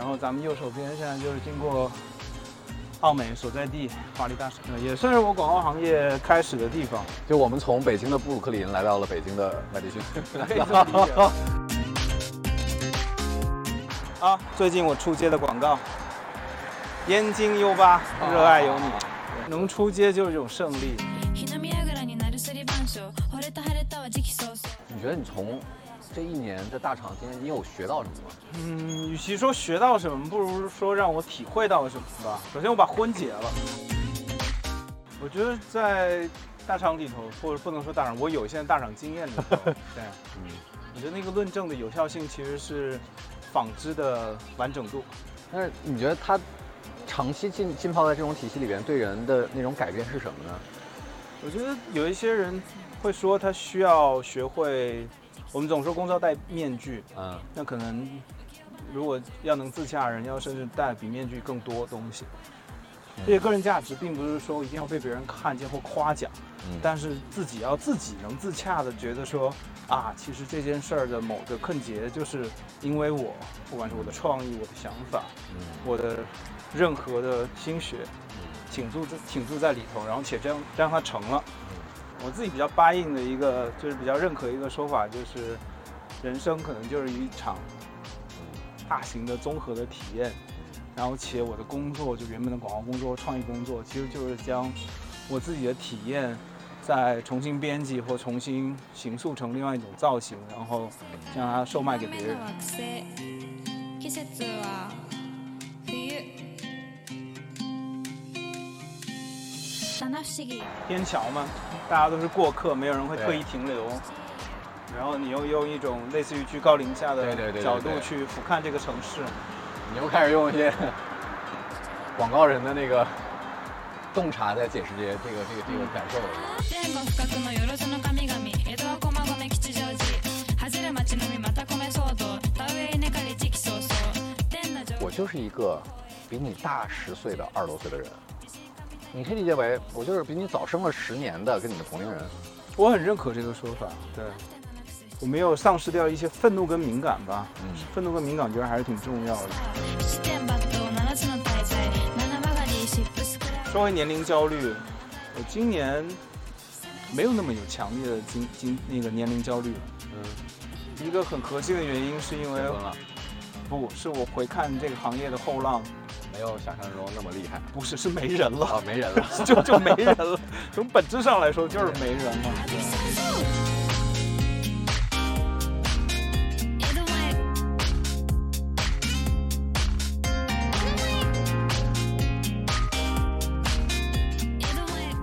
到咱们右手边，现在就是经过奥美所在地巴黎大使，呃也算是我广告行业开始的地方。就我们从北京的布鲁克林来到了北京的麦迪逊。啊，最近我出街的广告，燕京优八， 热爱有你，哦能出街就是一种胜利。南やぐらになるすり番所惚れた晴れたは時期尚早你觉得你从这一年这大厂经验，你有学到什么吗？嗯，与其说学到什么，不如说让我体会到什么吧。首先，我把婚结了。我觉得在大厂里头，或者不能说大厂，我有一些大厂经验里头，对，嗯我觉得那个论证的有效性其实是纺织的完整度。但是你觉得它长期浸浸泡在这种体系里边，对人的那种改变是什么呢？我觉得有一些人会说他需要学会，我们总说工作戴面具，嗯，那可能如果要能自洽，人要甚至带比面具更多东西。这些个人价值，并不是说一定要被别人看见或夸奖，嗯但是自己要自己能自洽的觉得说，啊，其实这件事儿的某个症结，就是因为我，不管是我的创意、我的想法、嗯我的任何的心血，倾注在倾注在里头，然后且这样让它成了。我自己比较 buy in 的一个，就是比较认可一个说法，就是人生可能就是一场嗯大型的综合的体验。然后，且我的工作就原本的广告工作、创意工作，其实就是将我自己的体验再重新编辑或重新形塑成另外一种造型，然后让它售卖给别人。惑星季節は冬七不思議天桥嘛，大家都是过客，没有人会特意停留。然后你又用一种类似于居高临下对对对的对角度对去俯瞰这个城市，你又开始用一些广告人的那个洞察在解释这些这个这个这个感受了。天国不覚のよろずの神々江戸は駒込吉祥寺恥じる町のみまた米騒動田植え稲刈り時期尚早天の上我就是一个比你大十岁的二十多岁的人，你可以理解为我就是比你早生了十年的跟你的同龄人。我很认可这个说法。对，我没有丧失掉一些愤怒跟敏感吧。嗯愤怒跟敏感，我觉得还是挺重要的。七点抜刀七つの大罪七曲がりシップスクラブ说回年龄焦虑，我今年没有那么有强烈的经经那个年龄焦虑了。嗯，一个很核心的原因是因为结婚了，不是我回看这个行业的后浪，没有想象中那么 厉害不是是没人了。啊，没人了。 就就没人了。从本质上来说，就是没人了。江戸前江戸前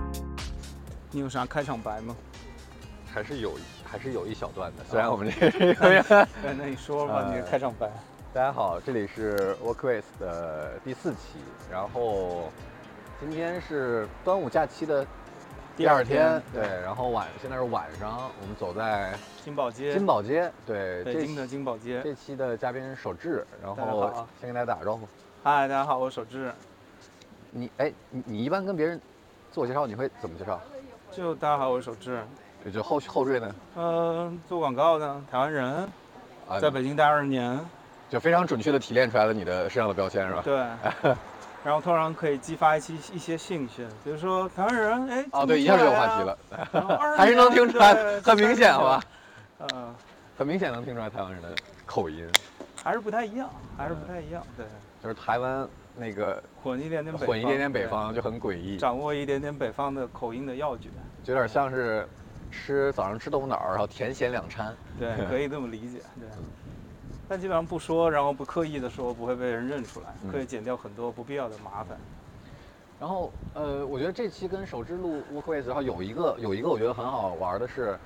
你有啥开场白吗？ 还是有，还是有一小段的。虽然我们这 个，哎，那你说吧，呃你的开场白。大家好，这里是 Workways 的第四期，然后今天是端午假期的第二天，对，然后晚现在是晚上，我们走在金宝街，金宝街，对，北这京的金宝街。这期的嘉宾是守志，然大家好后先跟大家打啊个招呼。嗨，大家好，我是守志。你哎，你你一般跟别人自我介绍，你会怎么介绍？就大家好，我是守志。就后后缀呢？呃，做广告的台湾人，啊，在北京待二十年。就非常准确的提炼出来了你的身上的标签是吧？ 对。然后通常可以激发一些一些兴趣，比如说台湾人，哎，哦，对，一下就有话题了，怎么 出来啊，还是能听出来对，很明显，好吧？？呃，很明显能听出来台湾人的口音，还是不太一样，还是不太一样，对，就是台湾那个混一点点北方，嗯混一点点北对方就很诡异，掌握一点点北方的口音的要诀，就有点像是吃早上吃豆腐脑儿，然后甜咸两掺。 对，可以这么理解，对。嗯但基本上不说，然后不刻意的说，不会被人认出来，嗯可以减掉很多不必要的麻烦。然后呃，我觉得这期跟手之路 Workways，然后有一个有一个我觉得很好玩的是，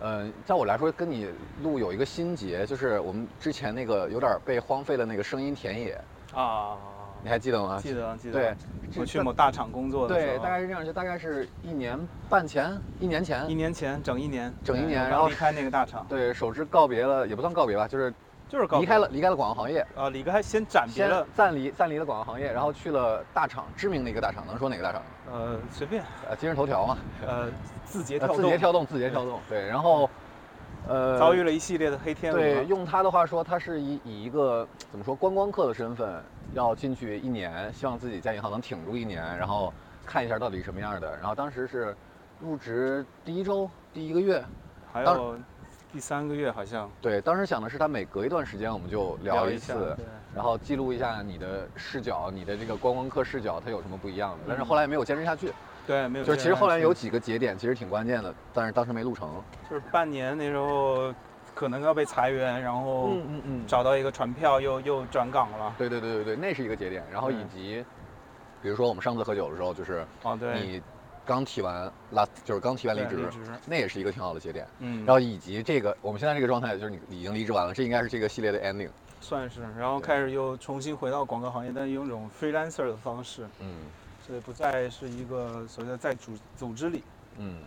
呃，在我来说跟你录有一个心结，就是我们之前那个有点被荒废了那个声音田野，啊，你还记得吗？记得记得，对，我去某大厂工作的时候，啊对，大概是这样，就大概是一年半前，一年前一，年前，整一年，整一对年我然后离开那个大厂，对，手之告别了，也不算告别吧，就是就是搞离开了离开了广告行业，啊，离开先暂别先了，暂离暂离了广告行业，然后去了大厂，知名的一个大厂，能说哪个大厂？呃，随便，呃，今日头条嘛，呃，字节跳呃动，字节跳动，字节跳动，对，然后呃，遭遇了一系列的黑天鹅。对，用他的话说，他是以以一个怎么说观光客的身份要进去一年，希望自己在银行能挺住一年，然后看一下到底什么样的。然后当时是入职第一周、第一个月，还当有第三个月好像对，当时想的是他每隔一段时间我们就聊一一次，下对然后记录一下你的视角，你的这个观光客视角它有什么不一样的。但是后来没有坚持下去，对，没有就见面。是其实后嗯来有几个节点其实挺关键的，但是当时没录成。就是半年那时候可能要被裁员，然后嗯嗯找到一个船票又又转岗了。对对对对对，那是一个节点。然后以嗯及，比如说我们上次喝酒的时候，就是哦，对，你刚提完拉，就是刚提完离对职离职，那也是一个挺好的节点。嗯，然后以及这个我们现在这个状态，就是你已经离职完了，这应该是这个系列的 ending。算是，然后对开始又重新回到广告行业，但用一种 freelancer 的方式，嗯所以不再是一个所谓的在组组织里。嗯。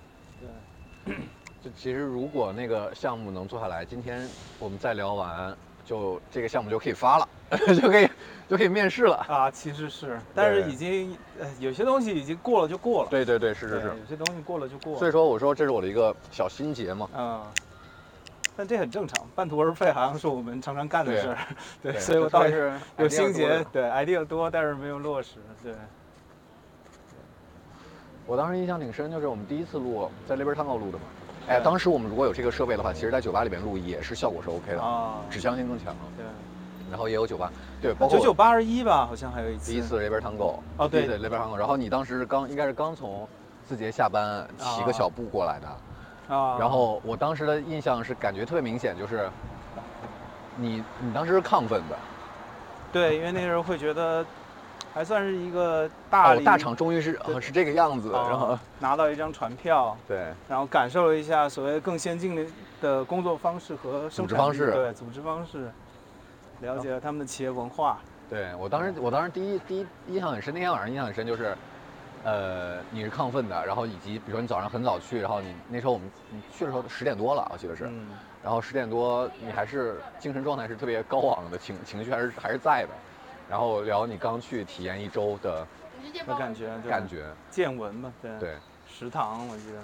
对，就其实如果那个项目能做下来，今天我们再聊完，就这个项目就可以发了， 就可以就可以面试了。啊，其实是，但是对已经呃有些东西已经过了就过了，对对对，是对，是是。有些东西过了就过了。所以说我说这是我的一个小心结嘛。嗯，但这很正常，半途而废好像是我们常常干的对事儿。 对，对所以我就倒特别是是有心 idea 多结的，对 idea 多，但是没有落实。对，我当时印象挺深，就是我们第一次录在 Liber Tango 录的嘛。哎，对当时我们如果有这个设备的话，其实在酒吧里面录也是效果是 OK 的，啊，指向性更强。对，然后也有酒吧，对，包括九九我八十一吧，好像还有一次。第一次 Liber Tango，嗯哦对第一次 Liber Tango。然后你当时是刚应该是刚从字节下班骑个啊小步过来的。啊，然后我当时的印象是，感觉特别明显，就是你你当时是亢奋的，对，因为那时候会觉得还算是一个大哦理、，大厂终于是哦对是这个样子，啊然后拿到一张船票，对然后感受了一下所谓更先进的的工作方式和生组织产方力式对组织方式，了解了他们的企业文化。对，我当时嗯我当时第一第一印象很深，那天晚上印象很深就是，呃，你是亢奋的，然后以及比如说你早上很早去，然后你那时候我们你去的时候十点多了，我记得是，嗯，然后十点多你还是精神状态是特别高昂的，情情绪还是还是在的，然后聊你刚去体验一周的的感觉，对感觉，见闻嘛，对。对。食堂，我记得。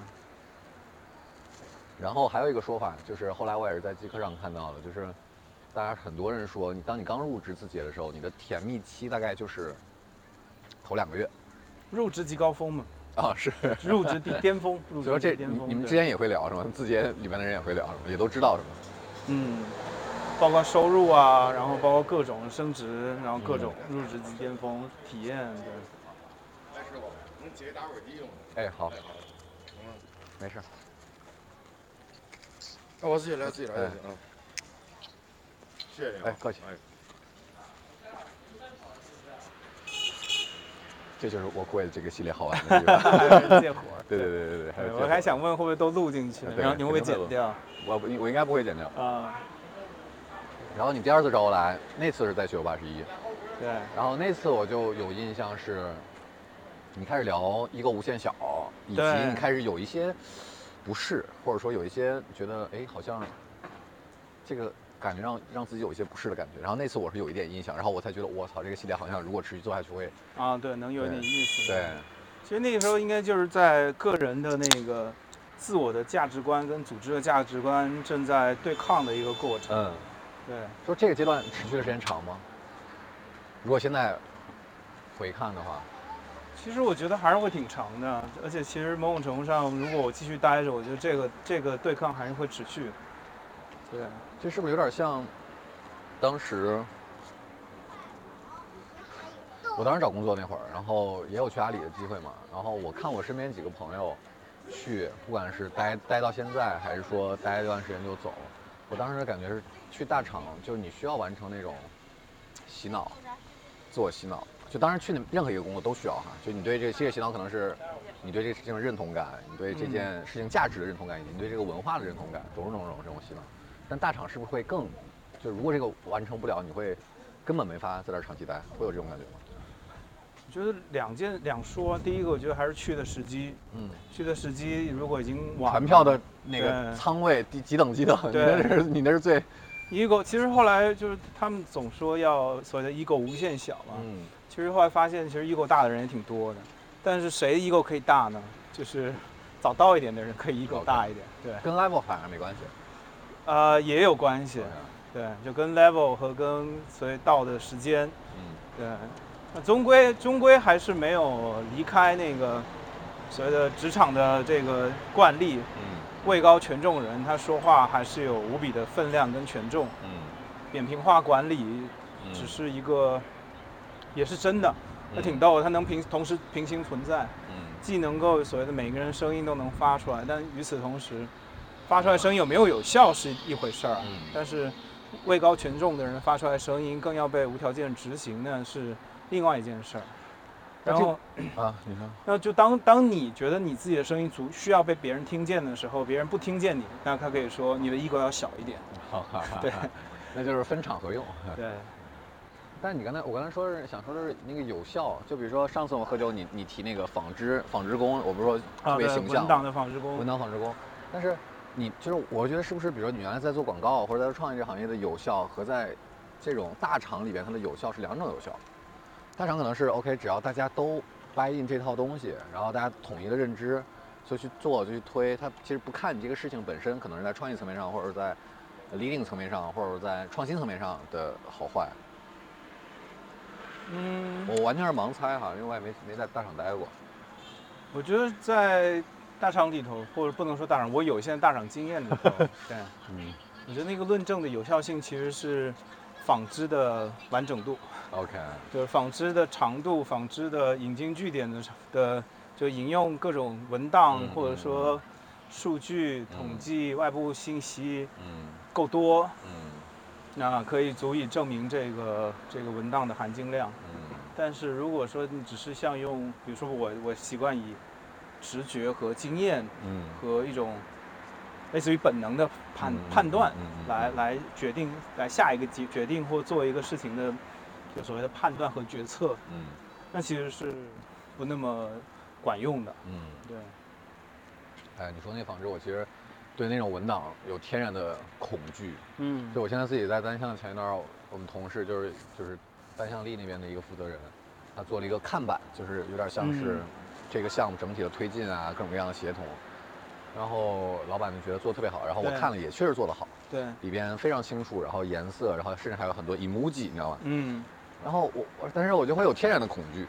然后还有一个说法，就是后来我也是在极客上看到的，就是大家很多人说，你当你刚入职字节的时候，你的甜蜜期大概就是头两个月入职即高峰嘛，啊，是。入职第巅峰，入 所以说职这即你巅峰。你们对之前也会聊是吗？字节里面的人也会聊是吗？也都知道是吗？嗯，包括收入啊，然后包括各种升职，然后各种入职即巅峰体验，对，哎，师傅，能解打火机用吗？哎，好，行了，没事儿。那我自己来，自己来哎就行啊。谢谢你啊。哎客气这就是我贵的这个系列好玩的地方。 还有借火。对对对对对，还对有这我个还想问会不会都录进去，对然后你会不会肯剪定会录掉我不我应该不会剪掉。啊？然后你第二次找我来，那次是在雪游八十一，对，然后那次我就有印象是，你开始聊一个无限小，以及对你开始有一些不适，或者说有一些觉得哎好像这个感觉让让自己有一些不适的感觉。然后那次我是有一点印象，然后我才觉得我操这个系列好像如果持续做下去会啊对，能有点对意思。对，其实那个时候应该就是在个人的那个自我的价值观跟组织的价值观正在对抗的一个过程。嗯，对，说这个阶段持续的时间长吗？如果现在回看的话，其实我觉得还是会挺长的，而且其实某种程度上，如果我继续待着，我觉得这个这个对抗还是会持续的。对，这是不是有点像当时我当时找工作那会儿，然后也有去阿里的机会嘛，然后我看我身边几个朋友去，不管是待待到现在，还是说待一段时间就走，我当时的感觉是去大厂，就是你需要完成那种洗脑，自我洗脑。就当然去哪任何一个工作都需要哈，就你对这这个洗脑可能是你对这个事情的认同感，你对这件事情价值的认同感，以及你对这个文化的认同感，种种种种这种洗脑。但大厂是不是会更，就如果这个完成不了，你会根本没法在这儿长期待，会有这种感觉吗？我觉得两件两说，第一个我觉得还是去的时机，嗯，去的时机如果已经晚了船票的那个对仓位第几等几等，你对那是你那是最， ego，其实后来就是他们总说要所谓的 ego 无限小嘛，嗯，其实后来发现其实 ego 大的人也挺多的，但是谁 ego 可以大呢？就是早到一点的人可以 ego OK 大一点，对。跟 level 反而没关系。呃，也有关系 OK，，对，就跟 level 和跟所谓到的时间，嗯对，那终归终归还是没有离开那个所谓的职场的这个惯例，嗯位高权重人他说话还是有无比的分量跟权重，嗯扁平化管理嗯，只是一个，也是真的，它挺逗的，它能平同时平行存在，嗯既能够所谓的每个人声音都能发出来，但与此同时，发出来声音有没有有效是一回事儿啊，嗯但是位高权重的人发出来声音更要被无条件执行呢是另外一件事儿。那然这后，啊，你说那就当当你觉得你自己的声音足需要被别人听见的时候，别人不听见你，那他可以说你的 ego 要小一点。好好好，对那就是分场合用。 对，啊但是你刚才，我刚才说是想说的是那个有效，就比如说上次我们喝酒，你你提那个纺织纺织工，我不是说特啊，别对，形象文吗，档的纺织工文，档纺织工，但是你就是我觉得是不是，比如说你原来在做广告或者在做创意这行业的有效和在这种大厂里边它的有效是两种有效，大厂可能是 OK，只要大家都 buy in 这套东西，然后大家统一的认知，就去做就去推，它其实不看你这个事情本身，可能是在创意层面上，或者是在 leading 层面上，或者是在创新层面上的好坏，嗯，我完全是盲猜哈，因为我也没没在大厂待过。我觉得在大厂里头，或者不能说大厂，我有现在大厂经验的时 候，对，嗯我觉得那个论证的有效性其实是纺织的完整度， ，OK，就是纺织的长度、纺织的引经据典的的，就引用各种文档、嗯或者说数据嗯统计、外部信息嗯够多，嗯那可以足以证明这个这个文档的含金量。嗯但是如果说你只是像用，比如说我我习惯以直觉和经验嗯和一种类似于本能的判、嗯判断嗯嗯嗯来来决定来下一个决决定或做一个事情的就所谓的判断和决策，嗯那其实是不那么管用的。嗯。对，哎，你说那纺织，我其实对那种文档有天然的恐惧。嗯就我现在自己在单向前一段儿，我们同事就是就是单向力那边的一个负责人，他做了一个看板，就是有点像是嗯这个项目整体的推进啊，各种各样的协同。然后老板就觉得做得特别好，然后我对看了也确实做得好，对，里边非常清楚，然后颜色，然后甚至还有很多 emoji，你知道吗？嗯然后我我，但是我就会有天然的恐惧，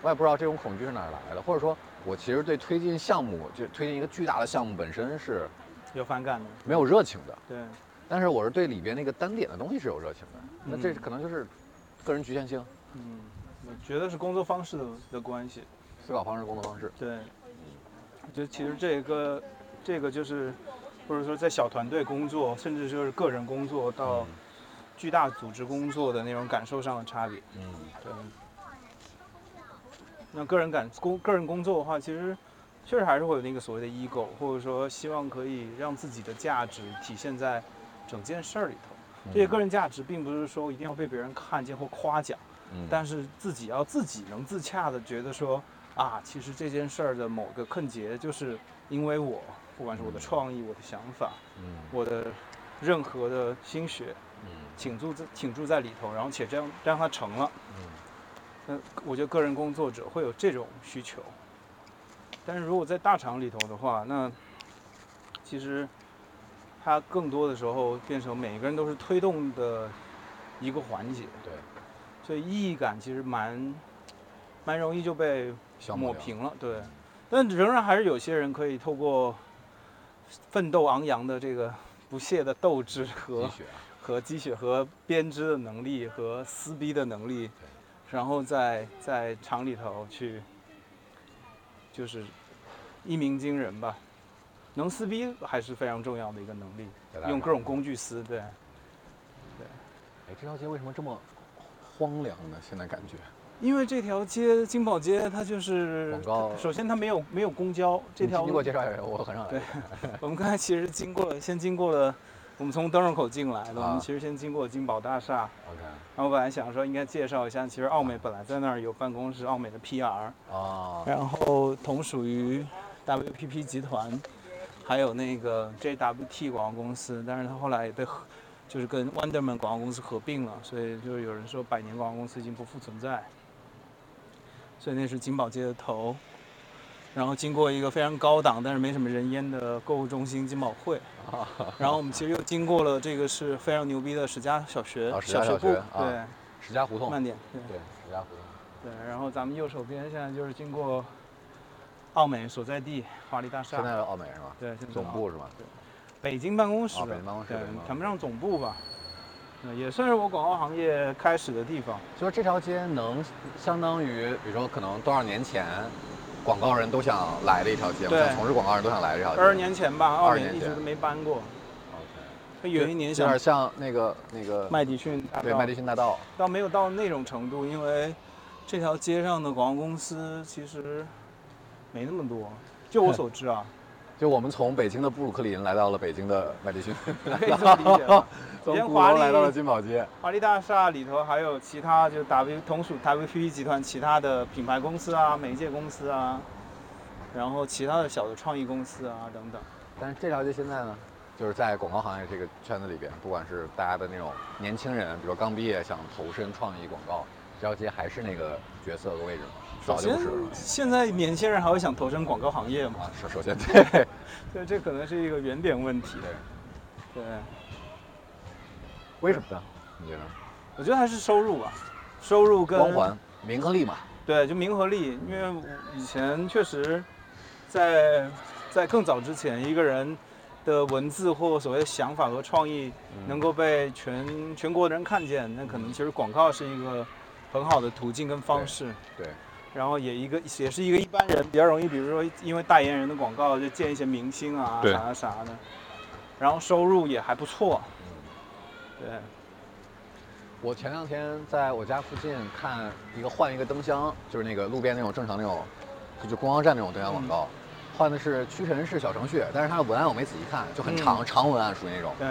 我也不知道这种恐惧是哪儿来的，或者说，我其实对推进项目，就推进一个巨大的项目本身是有反感的。没有热情的，对，但是我是对里边那个单点的东西是有热情的，那这嗯可能就是个人局限性、嗯，我觉得是工作方式的的关系。思考方式、工作方式。对，我觉得其实这个这个就是，或者说在小团队工作，甚至就是个人工作到巨大组织工作的那种感受上的差别。嗯对。那个人感工个人工作的话，其实确实还是会有那个所谓的 ego，或者说希望可以让自己的价值体现在整件事儿里头。嗯这些个人价值并不是说一定要被别人看见或夸奖，嗯但是自己要自己能自洽的觉得说啊，其实这件事儿的某个症结就是因为我，不管是我的创意、我的想法、嗯我的任何的心血，嗯倾注在倾注在里头，然后且这样让它成了。嗯那我觉得个人工作者会有这种需求，但是如果在大厂里头的话，那其实它更多的时候变成每个人都是推动的一个环节，对，所以意义感其实蛮蛮容易就被消磨抹掉。平了，对。但仍然还是有些人可以透过奋斗昂扬的这个不懈的斗志和积雪啊，和积雪和编织的能力和撕逼的能力，然后在在厂里头去，就是一鸣惊人吧。能撕逼还是非常重要的一个能力，给大家用看各种工具撕，对，哎，这条街为什么这么荒凉嗯呢？现在感觉因为这条街金宝街它就是广告首先它没有没有公交这条你给我介绍一下，我很少来。对我们刚才其实经过了，先经过了，我们从灯笼口进来的，我啊们其实先经过金宝大厦， OK 然后本来想说应该介绍一下，其实奥美本来在那儿有办公室，奥美的 PR，啊，然后同属于 WPP 集团，还有那个 JWT 广告公司，但是它后来也被合，就是跟 Wonderman 广告公司合并了，所以就是有人说百年广告公司已经不复存在，所以那是金宝街的头。然后经过一个非常高档但是没什么人烟的购物中心金宝 汇，啊，然后我们其实又经过了这个是非常牛逼的史家小学、啊史家小小部，学啊对，史家胡同，慢点，对对，史家胡同，对。然后咱们右手边现在就是经过奥美所在地华丽大厦，现在的奥美是吧？对现在啊总部是吧？北京办公室，啊北京办公室对北京办公室谈不上总部吧，对也算是我广告行业开始的地方。就是这条街能相当于，比如说可能多少年前，广告人都想来的一条街，我对想从事广告人都想来这条街。二十年前吧，奥二十美年一直前都没搬过。 OK，它有一年有想点像那个那个麦迪逊大对道麦迪逊大道，倒没有到那种程度，因为这条街上的广告公司其实没那么多。就我所知啊，就我们从北京的布鲁克林来到了北京的麦迪逊， 可以这么理解吧。 从连鼓华楼丽来到了金宝街。华丽大厦里头还有其他就 W 同属 WPP 集团其他的品牌公司啊、媒介公司啊，然后其他的小的创意公司啊等等。但是这条街现在呢，就是在广告行业这个圈子里边，不管是大家的那种年轻人，比如刚毕业想投身创意广告，这条街还是那个角色和位置吗？首早就先不是了，现在年轻人还会想投身广告行业吗？啊，是 首先对，对，这可能是一个原点问题。对，为什么呢？你觉得？我觉得还是收入吧，收入跟光环、名和利嘛，对，就名和利，因为我以前确实在在更早之前，一个人的文字或所谓的想法和创意嗯能够被全全国的人看见，那可能其实广告是一个很好的途径跟方式。对，然后也一个也是一个一般人比较容易，比如说因为代言人的广告就见一些明星啊对啥啥的，然后收入也还不错，对，我前两天在我家附近看一个换一个灯箱，就是那个路边那种正常那种，就就公交站那种灯箱广告，换的是屈臣氏小程序，但是它的文案我没仔细看，就很长、长文案属于那种。对，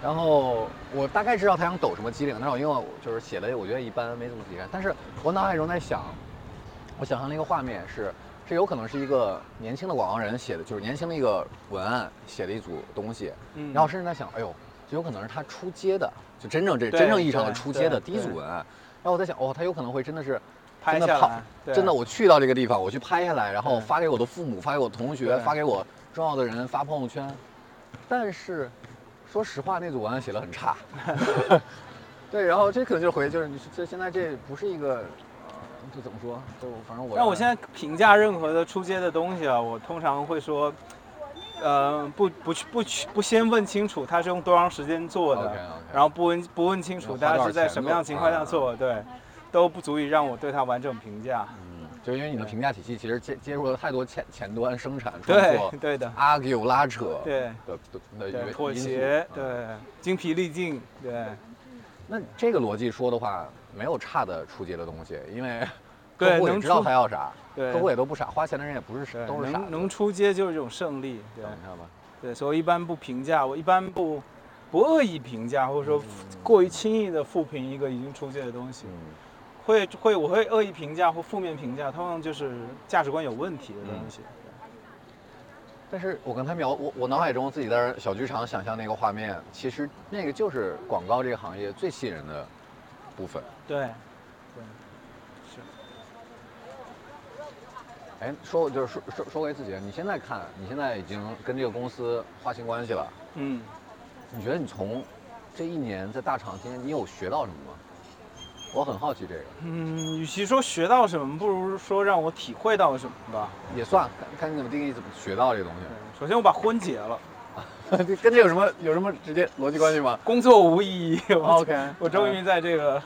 然后我大概知道他想抖什么机灵，但是我因为我就是写的我觉得一般，没怎么仔细看。但是我脑海中在想，我想象了一个画面是，这有可能是一个年轻的广告人写的，就是年轻的一个文案写的一组东西，嗯，然后甚至在想，哎呦，就有可能是他出街的，就真正这对真正意义上的出街的对第一组文案。然后我在想，哦，他有可能会真的是拍真的下跑来，对真的，我去到这个地方，我去拍下来，然后对发给我的父母，发给我同学，对发给我重要的人，发朋友圈。但是，说实话，那组文案写的很 差。对，然后这可能就是回，就是你这现在这不是一个，呃这怎么说？就反正我。但我现在评价任何的出街的东西啊，我通常会说，呃，不不去不去不先问清楚它是用多长时间做的 OK，OK 然后不问不问清楚要大花多家少是在钱什么做样情况啊下做，对，都不足以让我对它完整评价。嗯就是因为你的评价体系其实接接触了太多前前端生产创对 作、对的， argue 拉扯对的的的对，因妥因素协，嗯对，精疲力尽，对那这个逻辑说的话，没有差的出街的东西，因为对客户也能知道出他要啥，对客户也都不傻，花钱的人也不是傻对，都是傻子。能能出街就是一种胜利，对。你看吧，对，所以我一般不评价，我一般不不恶意评价，或者说过于轻易的复评一个已经出界的东西。嗯会会，我会恶意评价或负面评价，通常就是价值观有问题的东西。但是我刚才描我我脑海中自己在那儿小剧场想象那个画面，其实那个就是广告这个行业最吸引人的部分。对，哎，说就是说说说回自己，你现在看，你现在已经跟这个公司划清关系了，嗯，你觉得你从这一年在大厂期间，你有学到什么吗？我很好奇这个，嗯，与其说学到什么，不如说让我体会到什么吧。也算看看你怎么定义怎么学到这个东西对。，首先我把婚结了，这跟这有什么有什么直接逻辑关系吗工作无意义。我？OK，我终于在这个嗯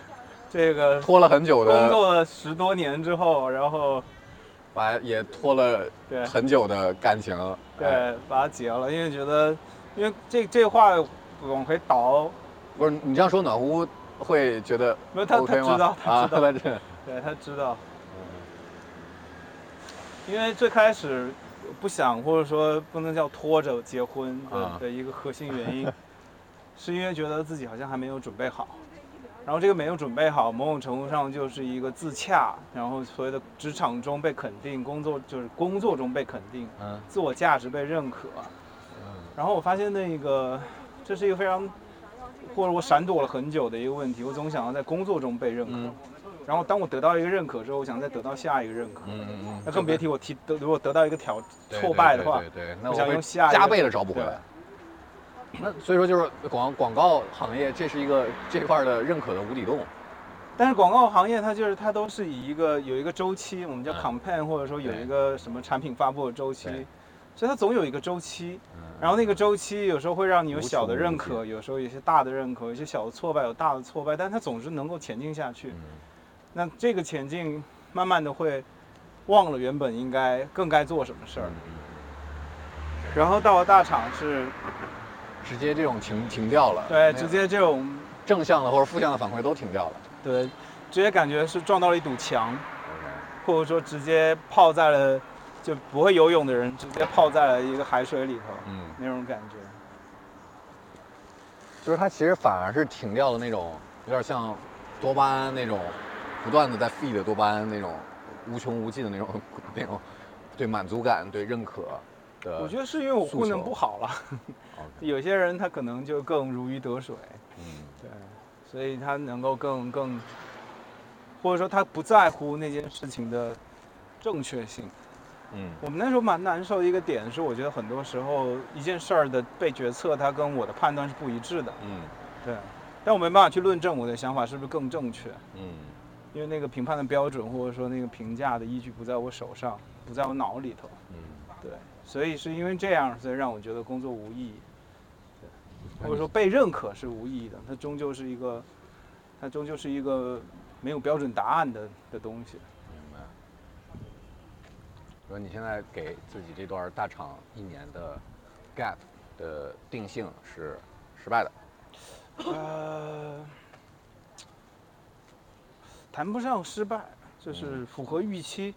这个拖了很久工的，作了十多年之后，然后把也拖了对很久的感情，哎，对把它结了，因为觉得因为这这话往回倒，不是你这样说暖乎会觉得没有他 OK 他知道吗？他知道啊，嗯这对他知道，因为最开始不想或者说不能叫拖着结婚的、啊的一个核心原 因，是因为觉得自己好像还没有准备好，然后这个没有准备好，某种程度上就是一个自洽，然后所谓的职场中被肯定，工作就是工作中被肯定，嗯自我价值被认可。然后我发现那个，这是一个非常，或者我闪躲了很久的一个问题，我总想要在工作中被认可。嗯然后当我得到一个认可之后，我想再得到下一个认可。嗯嗯嗯那更别提我提得如果得到一个挑对挫败的话对，对对对那我我想会用下一个加倍的找补回来。那所以说就是广广告行业，这是一个这块儿的认可的无底洞。但是广告行业它就是它都是以一个有一个周期，我们叫嗯 campaign，、或者说有对一个什么产品发布的周期对，所以它总有一个周期。嗯，然后那个周期有时候会让你有小的无穷无认可，有时候有些大的认可，有些小的挫败，有大的挫败，但它总是能够前进下去。嗯那这个前进，慢慢的会忘了原本应该更该做什么事儿。嗯然后到了大厂是，直接这种停停掉了，对，那直接这种，正向的或者负向的反馈都停掉了。对，直接感觉是撞到了一堵墙，或者说直接泡在了，就不会游泳的人直接泡在了一个海水里头，嗯，那种感觉。就是它其实反而是停掉了那种有点像多巴胺那种不断的在 feed 多巴胺那种无穷无尽的那种那种对满足感、对认可的。我觉得是因为我诉混得求不好了， 有些人他可能就更如鱼得水，嗯对，所以他能够更更，或者说他不在乎那件事情的正确性。嗯我们那时候蛮难受的一个点是，我觉得很多时候一件事儿的被决策，它跟我的判断是不一致的，嗯对。但我没办法去论证我的想法是不是更正确，嗯因为那个评判的标准或者说那个评价的依据不在我手上，不在我脑里头，嗯，对。所以是因为这样，所以让我觉得工作无意义。哎或者说被认可是无意义的，它终究是一个，它终究是一个没有标准答案的的东西。明白。说你现在给自己这段大厂一年的 gap 的定性是失败的，呃，谈不上失败，就是符合预期。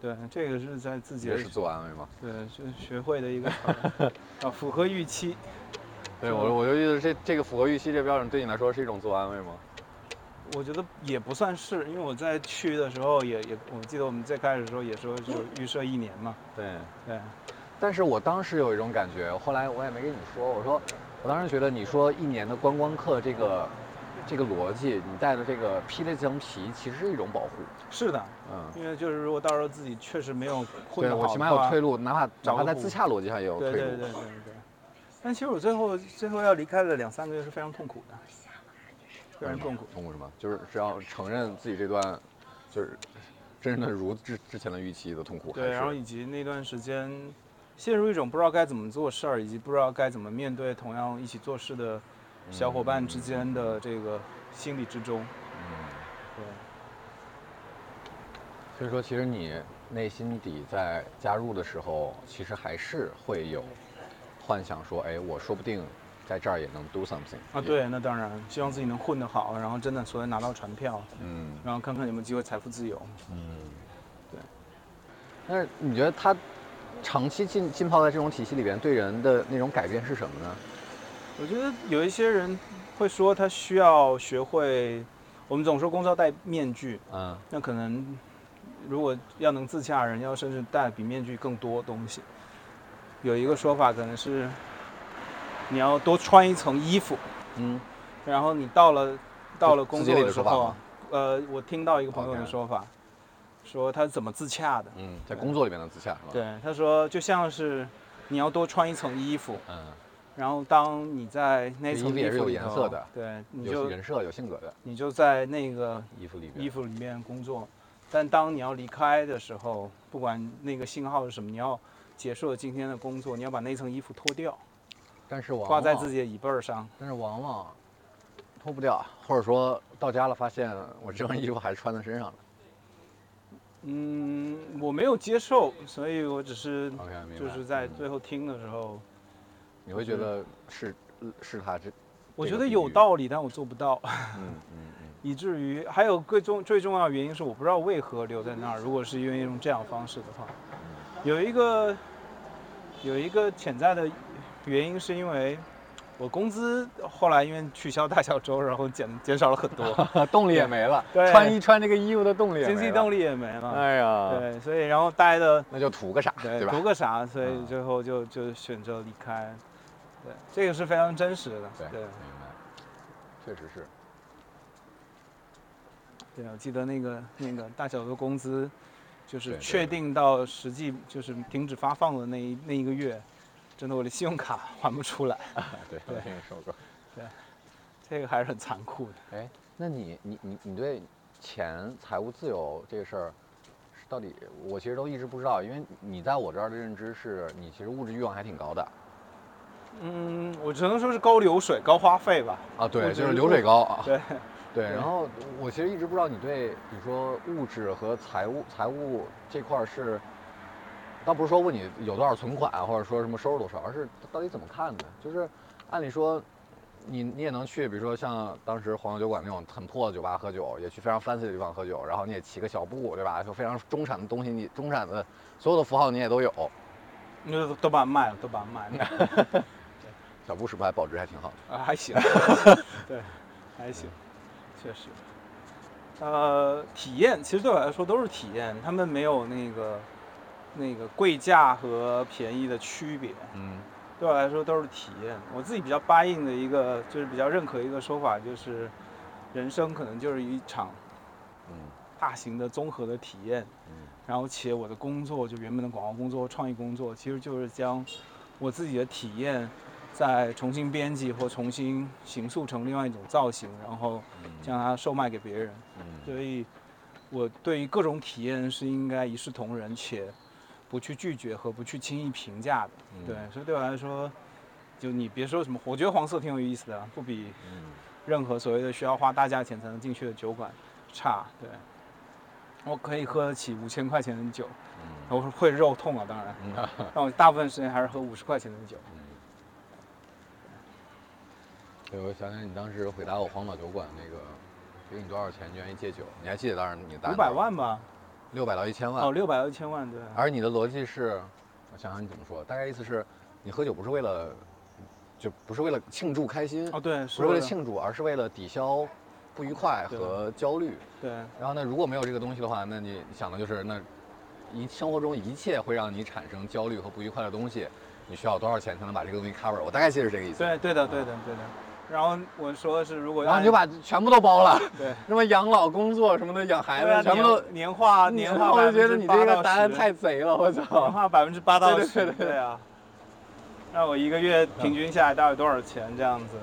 对，这个是在自己也的是自我安慰吗？对是学会的一个词儿啊，符合预期。对就我，我就觉得这这个符合预期这标准对你来说是一种自我安慰吗？我觉得也不算是，因为我在去的时候也也，我记得我们最开始的时候也说就预设一年嘛，对。对，但是我当时有一种感觉，后来我也没跟你说，我说我当时觉得你说一年的观光客这个这个逻辑，你带的这个披了这层皮，其实是一种保护。是的，嗯，因为就是如果到时候自己确实没有混对得好我的起码有话退路，哪怕哪找怕个在补自洽逻辑上也有退对路。对对对对。但其实我最后最后要离开的两三个月是非常痛苦的，非常痛苦。嗯痛苦什么？就是只要承认自己这段就是真的如之之前的预期的痛苦，还对，然后是以及那段时间陷入一种不知道该怎么做事儿，以及不知道该怎么面对同样一起做事的小伙伴之间的这个心理之中。嗯对，所以说其实你内心底在加入的时候，其实还是会有幻想说，哎，我说不定在这儿也能 do something 啊，对，那当然，希望自己能混得好，然后真的所谓拿到船票，嗯。然后看看有没有机会财富自由。但是你觉得他长期浸浸泡在这种体系里边，对人的那种改变是什么呢？我觉得有一些人会说他需要学会，我们总说工作要戴面具，嗯那可能如果要能自洽的人，要甚至戴比面具更多东西。有一个说法可能是，你要多穿一层衣服，嗯，然后你到了到了自工自己作里的的时说法候吗，呃，我听到一个朋友的 OK 说法说他是怎么自洽的。嗯，在工作里边的自洽是吧？，对，他说就像是你要多穿一层衣服，嗯，然后当你在那这层衣服也是里有颜头色的对，你有就人设有性格的你就在那个衣服里边，衣服里面工作，但当你要离开的时候，不管那个信号是什么，你要结束了今天的工作，你要把那层衣服脱掉，但是往往挂在自己的椅背儿上。但是往往脱不掉，或者说到家了发现我这件衣服还穿在身上了。嗯，我没有接受，所以我只是 OK，明白。就是在嗯最后听的时候，你会觉得是是他这，我这觉个得比有喻道理，但我做不到， 嗯嗯嗯，以至于还有最重最重要的原因是我不知道为何留在那儿。如果是因为用这样的方式的话，嗯有一个有一个潜在的原因是因为我工资后来因为取消大小周，然后减减少了很多，啊动力也没了，对穿一 穿这个衣服的动力也没经了，济动力也没了。哎呀，对，所以然后待 的那就图个啥，对吧图？个啥，所以嗯最后就就选择离开。对，这个是非常真实的。对，对明白，确实是。对，啊我记得那个那个大小的工资，就是对确定到实际就是停止发放的那一那一个月，真的我的信用卡还不出来，哎对，对这个收入。这个还是很残酷的。哎， 那你你你你对钱财务自由这个事儿，是到底我其实都一直不知道，因为你在我这儿的认知是你其实物质欲望还挺高的嗯，我只能说是高流水、高花费吧。啊，物对，质就是欲流水高啊，对，对。然后我其实一直不知道你对你说物质和财务财务这块儿是，倒不是说问你有多少存款啊或者说什么收入多少，而是到底怎么看的，就是按理说。你你也能去，比如说像当时黄油酒馆那种很破的酒吧喝酒，也去非常 fancy 的地方喝酒，然后你也骑个小步，对吧？就非常中产的东西，你中产的所有的符号你也都有。那都都把它卖了，都把它卖 了，小步是不是还保值还挺好的？啊，还 行，对，还行，确实。呃，体验其实对我来说都是体验，他们没有那个那个贵价和便宜的区别，嗯，对我来说都是体验。我自己比较八印的一个，就是比较认可一个说法，就是人生可能就是一场嗯大型的综合的体验。然后且我的工作就原本的广告工作、创意工作，其实就是将我自己的体验再重新编辑或重新形塑成另外一种造型，然后将它售卖给别人。嗯所以，我对于各种体验是应该一视同仁，且不去拒绝和不去轻易评价的。嗯对，所以对我来说，就你别说什么，我觉得黄色挺有意思的，不比嗯任何所谓的需要花大价钱才能进去的酒馆差。对，我可以喝得起五千块钱的酒，我会肉痛啊，当然，嗯 但我大部分时间还是喝五十块钱的酒。对，我想起你当时回答我荒岛酒馆那个，给你多少钱你愿意借酒？你还记得当时你的答案？五百，万吧，六百到一千万。啊哦，六百到一千万，对，而你的逻辑是，我想想你怎么说，大概意思是，你喝酒不是为了，就不是为了庆祝开心，哦对，不是为了庆祝，而是为了抵消不愉快对和焦虑。对然后呢，如果没有这个东西的话，那你想的就是那一生活中一切会让你产生焦虑和不愉快的东西，你需要多少钱才能把这个东西 cover？我大概记得是这个意思。对对的对的对的。然后我说是，如果然后按你就把全部都包了。对。 什么养老工作什么的，养孩对啊子全部都。年年化年化我百就分觉得之你八这到嗯个答案10太贼了，我年 操！化 百分之八到对对十，对对对啊。那我一个月平均下来大概多少钱？这样子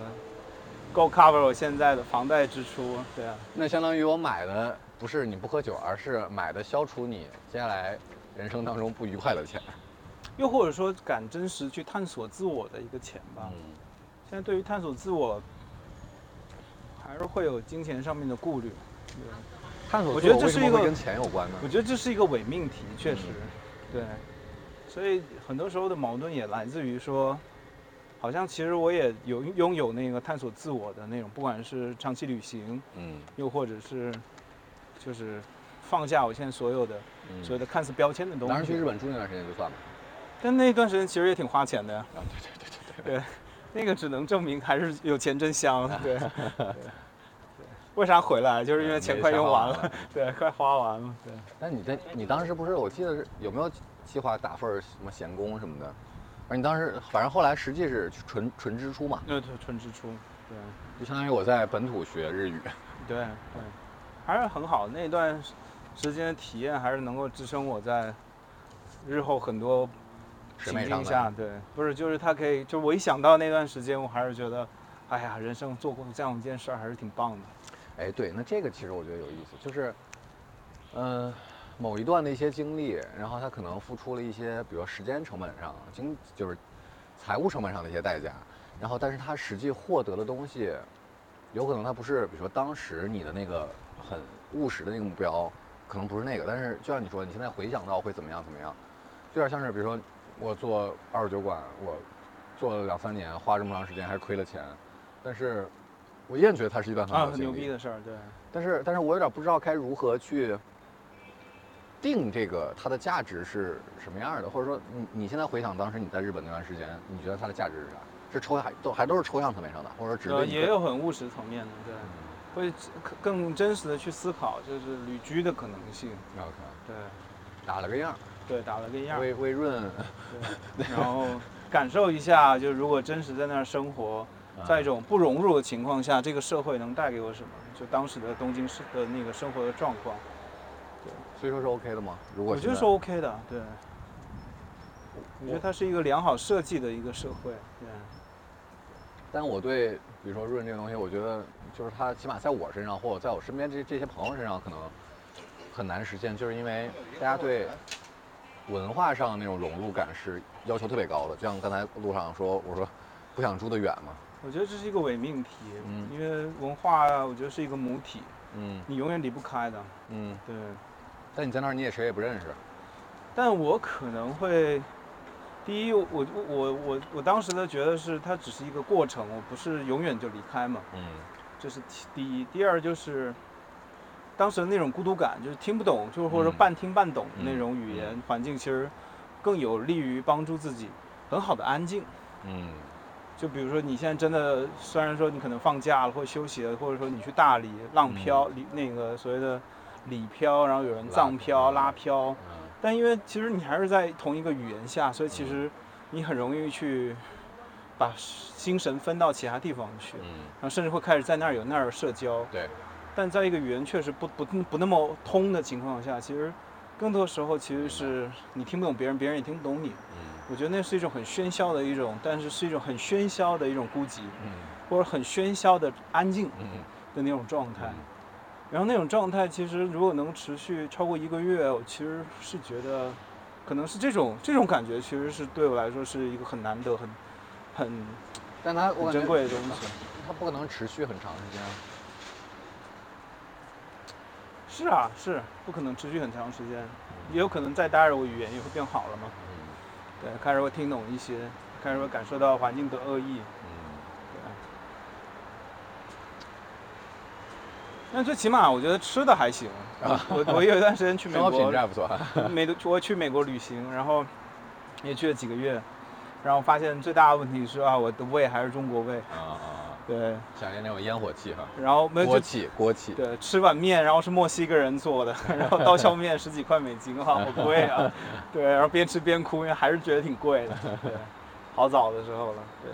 够 cover 我现在的房贷支出，对啊。那相当于我买的不是你不喝酒，而是买的消除你接下来人生当中不愉快的钱。又或者说敢真实去探索自我的一个钱吧。嗯现在对于探索自我，还是会有金钱上面的顾虑。对，探索我自觉得我这为是什一么会个跟钱有关呢我？觉得这是一个伪命题，嗯确实，对。所以很多时候的矛盾也来自于说，好像其实我也有拥有那个探索自我的那种，不管是长期旅行，嗯又或者是就是放下我现在所有的、所有嗯。的看似标签的东西。当时去日本住那段时间就算了。但那段时间其实也挺花钱的呀。啊，对对对对对。对， 那个只能证明还是有钱真香。对，对对为啥回来？就是因为钱快用完嗯没钱花了完，对，快花完了。对，那你在你当时不是？我记得是有没有计划打份儿什么闲工什么的？而你当时反正后来实际是纯纯支出嘛，那就纯支出。对，就相当于我在本土学日语。对，对，还是很好。那段时间的体验还是能够支撑我在日后很多审情美上境的下，对，不是，就是他可以，就我一想到那段时间，我还是觉得，哎呀，人生做过这样一件事儿还是挺棒的。哎，对，那这个其实我觉得有意思，就是，嗯、某一段的一些经历，然后他可能付出了一些，比如时间成本上、经就是财务成本上的一些代价，然后但是他实际获得的东西，有可能他不是，比如说当时你的那个很务实的那个目标，可能不是那个，但是就像你说，你现在回想到会怎么样怎么样，就有点像是比如说我做二手酒馆，我做了两三年，花这么长时间还是亏了钱，但是我依然觉得它是一段很好啊，的很经历。牛逼的事儿，对，但是，但是我有点不知道该如何去定这个它的价值是什么样的，或者说你你现在回想当时你在日本那段时间，你觉得它的价值是啥？是抽象还都还都是抽象层面上的，或者只呃，是也有很务实层面的，对。会更更真实的去思考，就是旅居的可能性。 OK 对，打了个样儿，对，打了个样儿，微微润， 对然后感受一下，就如果真实在那儿生活，啊嗯在一种不融入的情况下，这个社会能带给我什么？就当时的东京市的那个生活的状况，所以说是 OK 的吗？如果我觉得现在是 OK 的。对，我觉得它是一个良好设计的一个社会。对，但我对比如说润这个东西，我觉得就是它起码在我身上，或者在我身边这这些朋友身上，可能很难实现，就是因为大家对文化上那种融入感是要求特别高的。就像刚才路上说，我说不想住得远嘛，我觉得这是一个伪命题，嗯因为文化我觉得是一个母体，嗯你永远离不开的。嗯，对，但你在那儿你也谁也不认识，但我可能会，第一，我我我我我当时的觉得是它只是一个过程，我不是永远就离开嘛。嗯这是其第一。第二就是当时的那种孤独感，就是听不懂，就是或者说嗯半听半懂的那种语嗯言、环境，其实更有利于帮助自己很好的安静。嗯就比如说你现在真的，虽然说你可能放假了或休息了，或者说你去大理浪漂，里、那个所谓的理漂，然后有人藏漂、嗯拉嗯拉漂，但因为其实你还是在同一个语言下，所以嗯其实你很容易去。把心神分到其他地方去，嗯，然后甚至会开始在那儿有那儿社交，对，但在一个语言确实不不不那么通的情况下，其实更多时候其实是你听不懂别人，别人也听不懂你。嗯我觉得那是一种很喧嚣的一种，但是是一种很喧嚣的一种孤寂，嗯或者很喧嚣的安静嗯的那种状态嗯。然后那种状态其实如果能持续超过一个月，我其实是觉得，可能是这种这种感觉，其实是对我来说是一个很难得、很很但它很我感珍觉贵的东西。它不可能持续很长时间啊，是啊，是不可能持续很长时间，也有可能再待着，我语言也会变好了嘛。嗯对，开始会听懂一些，开始会感受到环境的恶意。嗯。对，但最起码我觉得吃的还行。我我有一段时间去美啊嗯生活品国啊质，还不错， 美我去美国旅行，然后也去了几个月，然后发现最大的问题是啊，我的胃还是中国胃。啊啊，对，想念那种烟火气哈，然后没有锅就气锅气，对，吃碗面，然后是墨西哥人做的， 然后刀削面十几块美金啊，好贵啊！对，然后边吃边哭，因为还是觉得挺贵的。对，好早的时候了。对，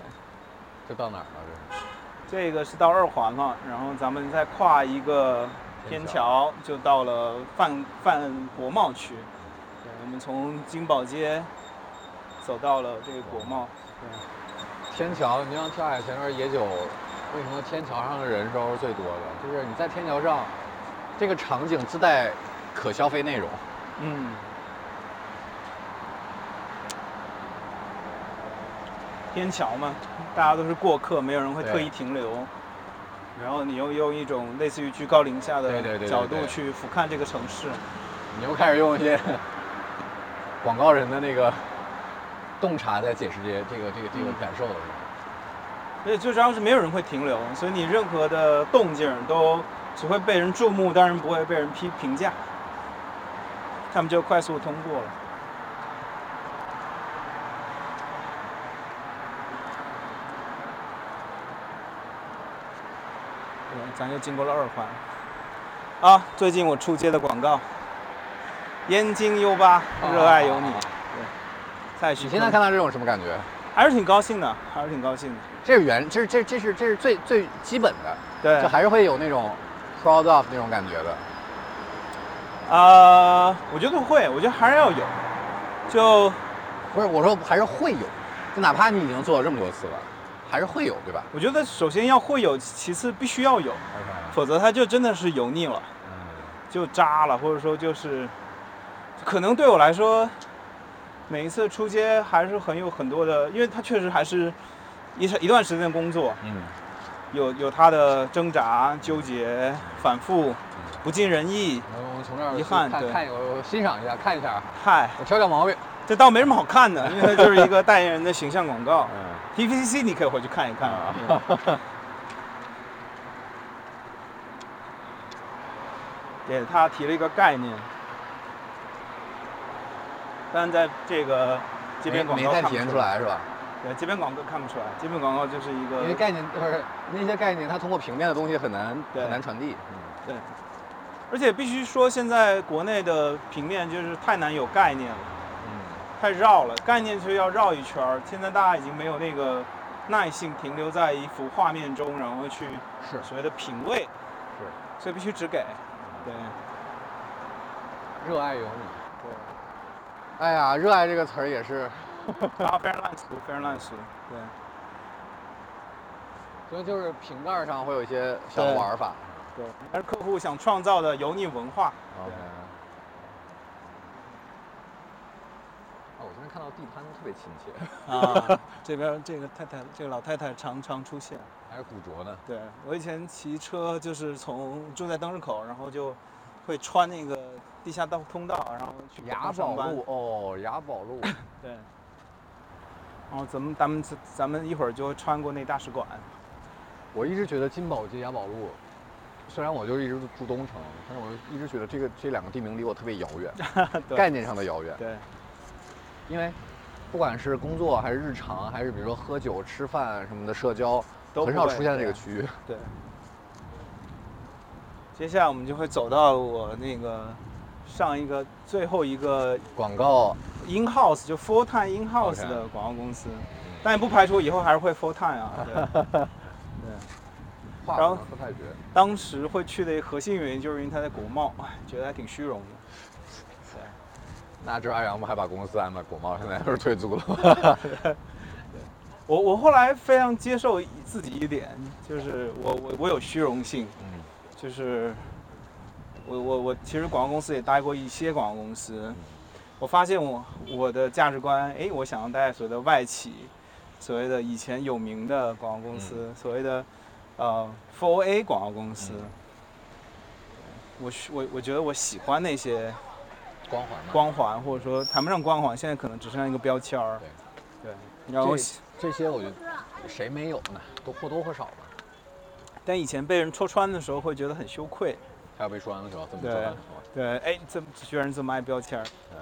这到哪儿了？这是这个是到二环了，然后咱们再跨一个天桥，就到了范范国贸区。对，我们从金宝街走到了这个国贸。天桥，你像跳海前面野酒，为什么天桥上的人都是最多的？就是你在天桥上，这个场景自带可消费内容，嗯，天桥嘛，大家都是过客，没有人会对特意停留。然后你又用一种类似于居高临下对对对的对角度对去俯瞰这个城市，你又开始用一些 广告人的那个洞察在解释这些这个这个这个嗯感受了，是吧？而且最重要是没有人会停留，所以你任何的动静都只会被人注目，但是不会被人批评价，他们就快速通过了。对，咱又经过了二环。啊，最近我触街的广告，燕京 U 八，热爱有你。对，蔡徐哦你坤。现在看到这种什么感觉？还是挺高兴的，还是挺高兴的。这是原，这是这这是这是最最基本的，对，就还是会有那种 proud of 那种感觉的。呃，我觉得会，我觉得还是要有。就不是，我说还是会有，就哪怕你已经做了这么多次了，还是会有，对吧我觉得，首先要会有，其次必须要有，否则它就真的是油腻了，嗯就渣了，或者说就是，可能对我来说，每一次出街还是很有很多的，因为它确实还是一一段时间的工作，嗯有有它的挣扎、纠结、反复、不尽人意。我们从这儿遗憾看对看一我欣赏一下，看一下，嗨，我挑挑毛病。这倒没什么好看 的，因为它就是一个代言人的形象广告。嗯， TVC 你可以回去看一看啊。 给他提了一个概念，但在这个街边广没告太看不体现出出，来是吧？对街边广告看不出来，街边广告就是一因为个，概念不是那些概念，它通过平面的东西很难对很难传递。嗯而且必须说现在国内的平面就是太难有概念了，嗯太绕了，概念就要绕一圈儿，现在大家已经没有那个耐性停留在一幅画面中，然后去是所谓的品味，是所以必须只给，对热爱有你。对，哎呀，热爱这个词儿也是，然后啊非常烂俗，非常烂俗，对。所以就是瓶盖上会有一些小玩法。对，而客户想创造的油腻文化， OK。哦，我今天看到地摊特别亲切，啊， 这边这个太太，这个老太太常常出现。还是古着呢。对我以前骑车就是从住在灯市口，然后就会穿那个地下道通道，然后去雅上宝班。路哦，雅宝路，对。然后咱们咱们咱们一会儿就穿过那大使馆。我一直觉得金宝街、雅宝路，虽然我就一直住东城，但是我一直觉得这个这两个地名离我特别遥远， 对概念上的遥远。对因为不管是工作还是日常，还是比如说喝酒、吃饭什么的社交，都很不少会出现这对个区域。对。接下来我们就会走到我那个上一个最后一个广告 in house 就 full time in house OK 的广告公司，但也不排除以后还是会 full time 啊。 对对，画然后不太绝，当时会去的核心原因就是因为他在国贸，哎觉得还挺虚荣的。那这二阳不还把公司安排国贸，现在都是退租了吗？我我后来非常接受自己一点，就是我我我有虚荣心，嗯就是我我我其实广告公司也待过一些广告公司，我发现我我的价值观，哎，我想要待所谓的外企，所谓的以前有名的广告公司，所谓的呃 Four A 广告公司，我喜我我觉得我喜欢那些光环嘛。光环，或者说谈不上光环，现在可能只剩下一个标签儿。对，然后这这些我觉得谁没有呢？都或多或少吧。但以前被人戳穿的时候会觉得很羞愧，还有被说完的时候，这么对做完的时候，对，哎，这么居然这么爱标签儿。嗯，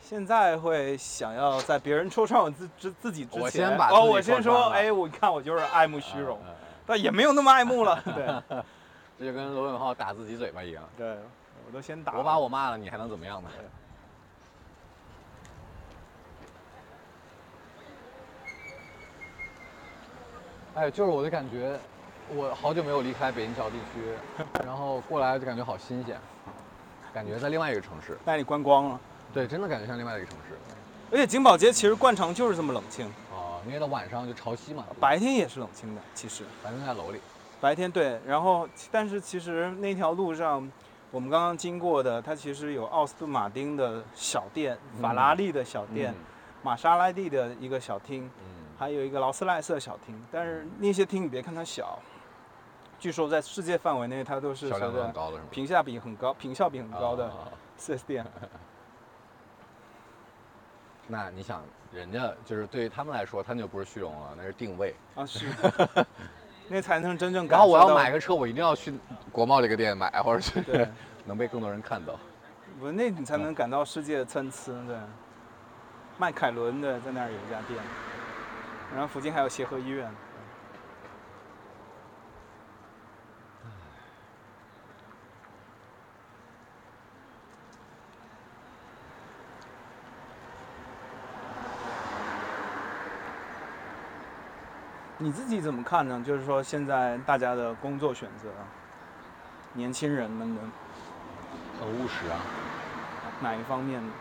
现在会想要在别人戳穿我自自自己之前，我先把哦，自己我先戳说，穿了哎，我你看我就是爱慕虚荣，嗯嗯嗯但也没有那么爱慕 了。对这就跟罗永浩打自己嘴巴一样。对，我都先打了。我把我骂了，你还能怎么样呢？哎，就是我的感觉，我好久没有离开北京桥地区，然后过来就感觉好新鲜，感觉在另外一个城市。带你观光了。对，真的感觉像另外一个城市。而且景宝街其实惯常就是这么冷清，哦，因为到晚上就潮汐嘛，嗯白天也是冷清的。其实反正在楼里。白天对，然后但是其实那条路上，我们刚刚经过的，它其实有奥斯顿马丁的小店、嗯法拉利的小店、玛莎拉蒂的一个小厅，嗯，还有一个劳斯莱斯的小厅，但是那些厅你别看它小，据说在世界范围内它都是嗯销所量都谓很的高的是吗？评价比很高、评效比很高的啊四 S 店。那你想，人家就是对于他们来说，他那就不是虚荣了，那是定位。啊， 是，那才能真正感然后受我到。要买个车，我一定要去国贸这个店买，或者对 是能被更多人看到。我那你才能感到世界的参差。对，迈凯伦的在那儿有一家店，然后附近还有协和医院。你自己怎么看呢？就是说，现在大家的工作选择，年轻人们的很务实啊，哪一方面呢？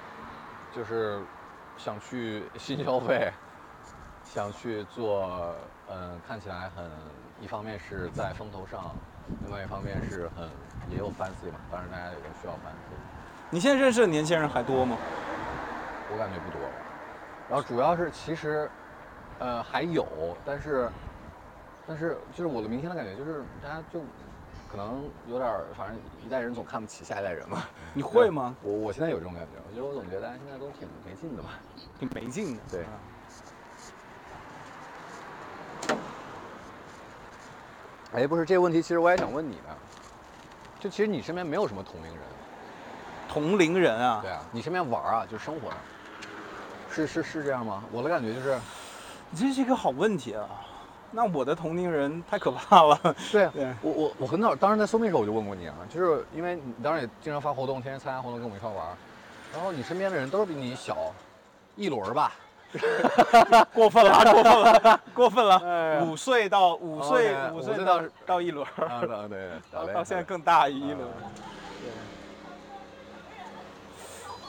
就是想去新消费，想去做，嗯，看起来很，一方面是在风头上，另外一方面是很也有 fancy 嘛，当然大家也都需要 fancy，你现在认识的年轻人还多吗？我感觉不多。然后主要是其实，呃，还有，但是，但是就是我的明显的感觉就是大家就可能有点儿，反正一代人总看不起下一代人嘛。你会吗？我我现在有这种感觉，我觉得我总觉得大家现在都挺没劲的吧。挺没劲的。对啊哎，不是这个问题，其实我也想问你呢。就其实你身边没有什么同龄人，啊同龄人啊，对啊，你身边玩儿啊，就生活上，是是是这样吗？我的感觉就是，你这是一个好问题啊。那我的同龄人太可怕了。 对啊，对我我我很早，当时在搜密时候我就问过你啊，就是因为你当时也经常发活动，天天参加活动，跟我们一块玩儿，然后你身边的人都是比你小一轮儿吧，过分了 啊，过分了，过分哎了。呀哦五岁到五岁 OK，，五五岁岁到到到一轮儿，啊，对对，打到雷到现在更大一轮。啊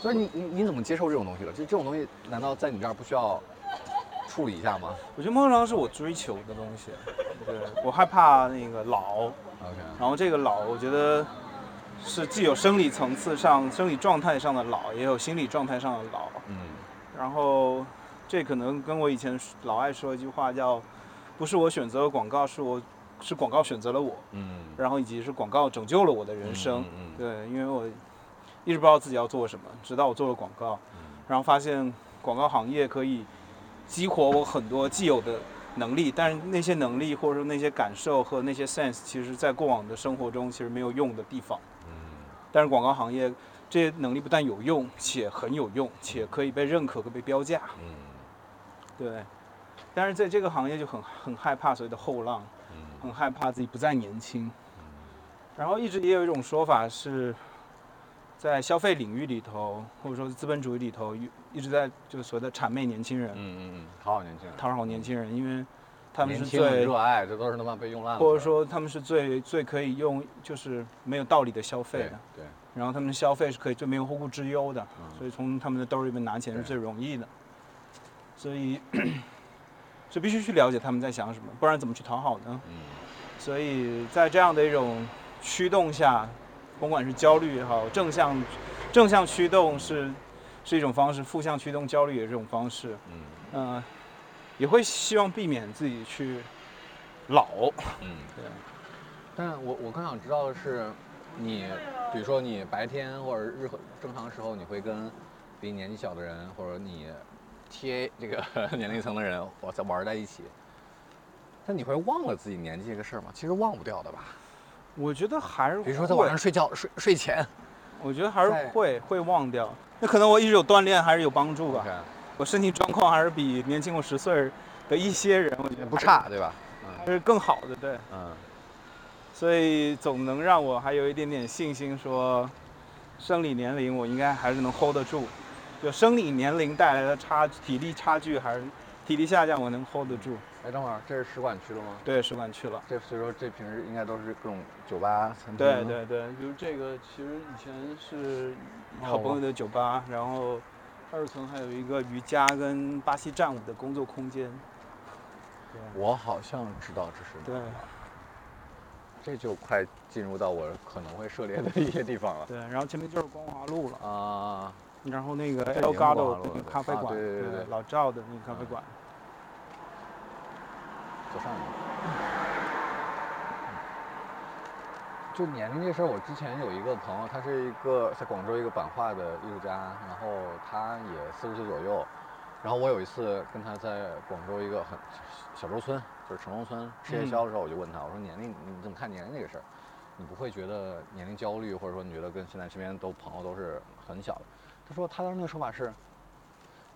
所以你你你怎么接受这种东西了？这这种东西难道在你这儿不需要处理一下吗我觉得梦想是我追求的东西，对我害怕那个老， ？OK，然后这个老，我觉得是既有生理层次上、生理状态上的老，也有心理状态上的老。嗯然后这可能跟我以前老爱说一句话叫“不是我选择了广告，是我是广告选择了我”，嗯然后以及是广告拯救了我的人生。嗯对，因为我一直不知道自己要做什么，直到我做了广告，然后发现广告行业可以激活我很多既有的能力，但是那些能力或者说那些感受和那些 sense，其实在过往的生活中其实没有用的地方。但是广告行业这些能力不但有用，且很有用，且可以被认可和被标价。嗯对，但是在这个行业就很很害怕所谓的后浪，嗯很害怕自己不再年轻。然后一直也有一种说法是，在消费领域里头，或者说是资本主义里头，一一直在就是所谓的谄媚年轻人，嗯嗯，好好年轻人，讨好年轻人，因为他们年是轻很最，热爱，这都是他妈被用烂了的，或者说他们是最最可以用就是没有道理的消费对的，对，然后他们的消费是可以最没有后顾之忧的，嗯所以从他们的兜里面拿钱是对最容易的，所以 就必须去了解他们在想什么，不然怎么去讨好呢？嗯所以在这样的一种驱动下，甭管是焦虑也好，正向正向驱动是是一种方式，负向驱动焦虑也是一种方式，嗯嗯、也会希望避免自己去老，嗯。对，但我我更想知道的是，你比如说你白天或者日后正常的时候，你会跟比你年纪小的人或者你 TA 这个 年龄层的人，我在玩在一起。但你会忘了自己年纪这个事儿吗？其实忘不掉的吧。我觉得还是比如说在会晚上睡觉睡睡前我觉得还是在会会忘掉。那可能我一直有锻炼，还是有帮助吧。我身体状况还是比年轻我十岁的一些人，我觉得不，差对吧？还是更好的。对，嗯所以总能让我还有一点点信心说，生理年龄我应该还是能 hold 得住。就生理年龄带来的差体力差距，还是体力下降，我能 hold 得住。哎，等会儿这是使馆区了吗？对，使馆去了。这所以说这平时应该都是各种酒吧餐厅。对。对对，就是这个，其实以前是好朋友的酒吧，然后二层还有一个瑜伽跟巴西战舞的工作空间。我好像知道这是哪儿。对这就快进入到我可能会涉猎的一些地方了对，然后前面就是光华路了，啊。然后那个已 El 经 Gado 光华路那个了咖啡啊馆，对对对对老赵的那个咖啡馆。左上角。嗯就年龄这事儿，我之前有一个朋友，他是一个在广州一个版画的艺术家，然后他也四十岁左右。然后我有一次跟他在广州一个很小洲村，就是城中村吃夜宵的时候，我就问他，我说年龄你怎么看年龄这个事儿？你不会觉得年龄焦虑，或者说你觉得跟现在身边都朋友都是很小的？他说他当时那个说法是，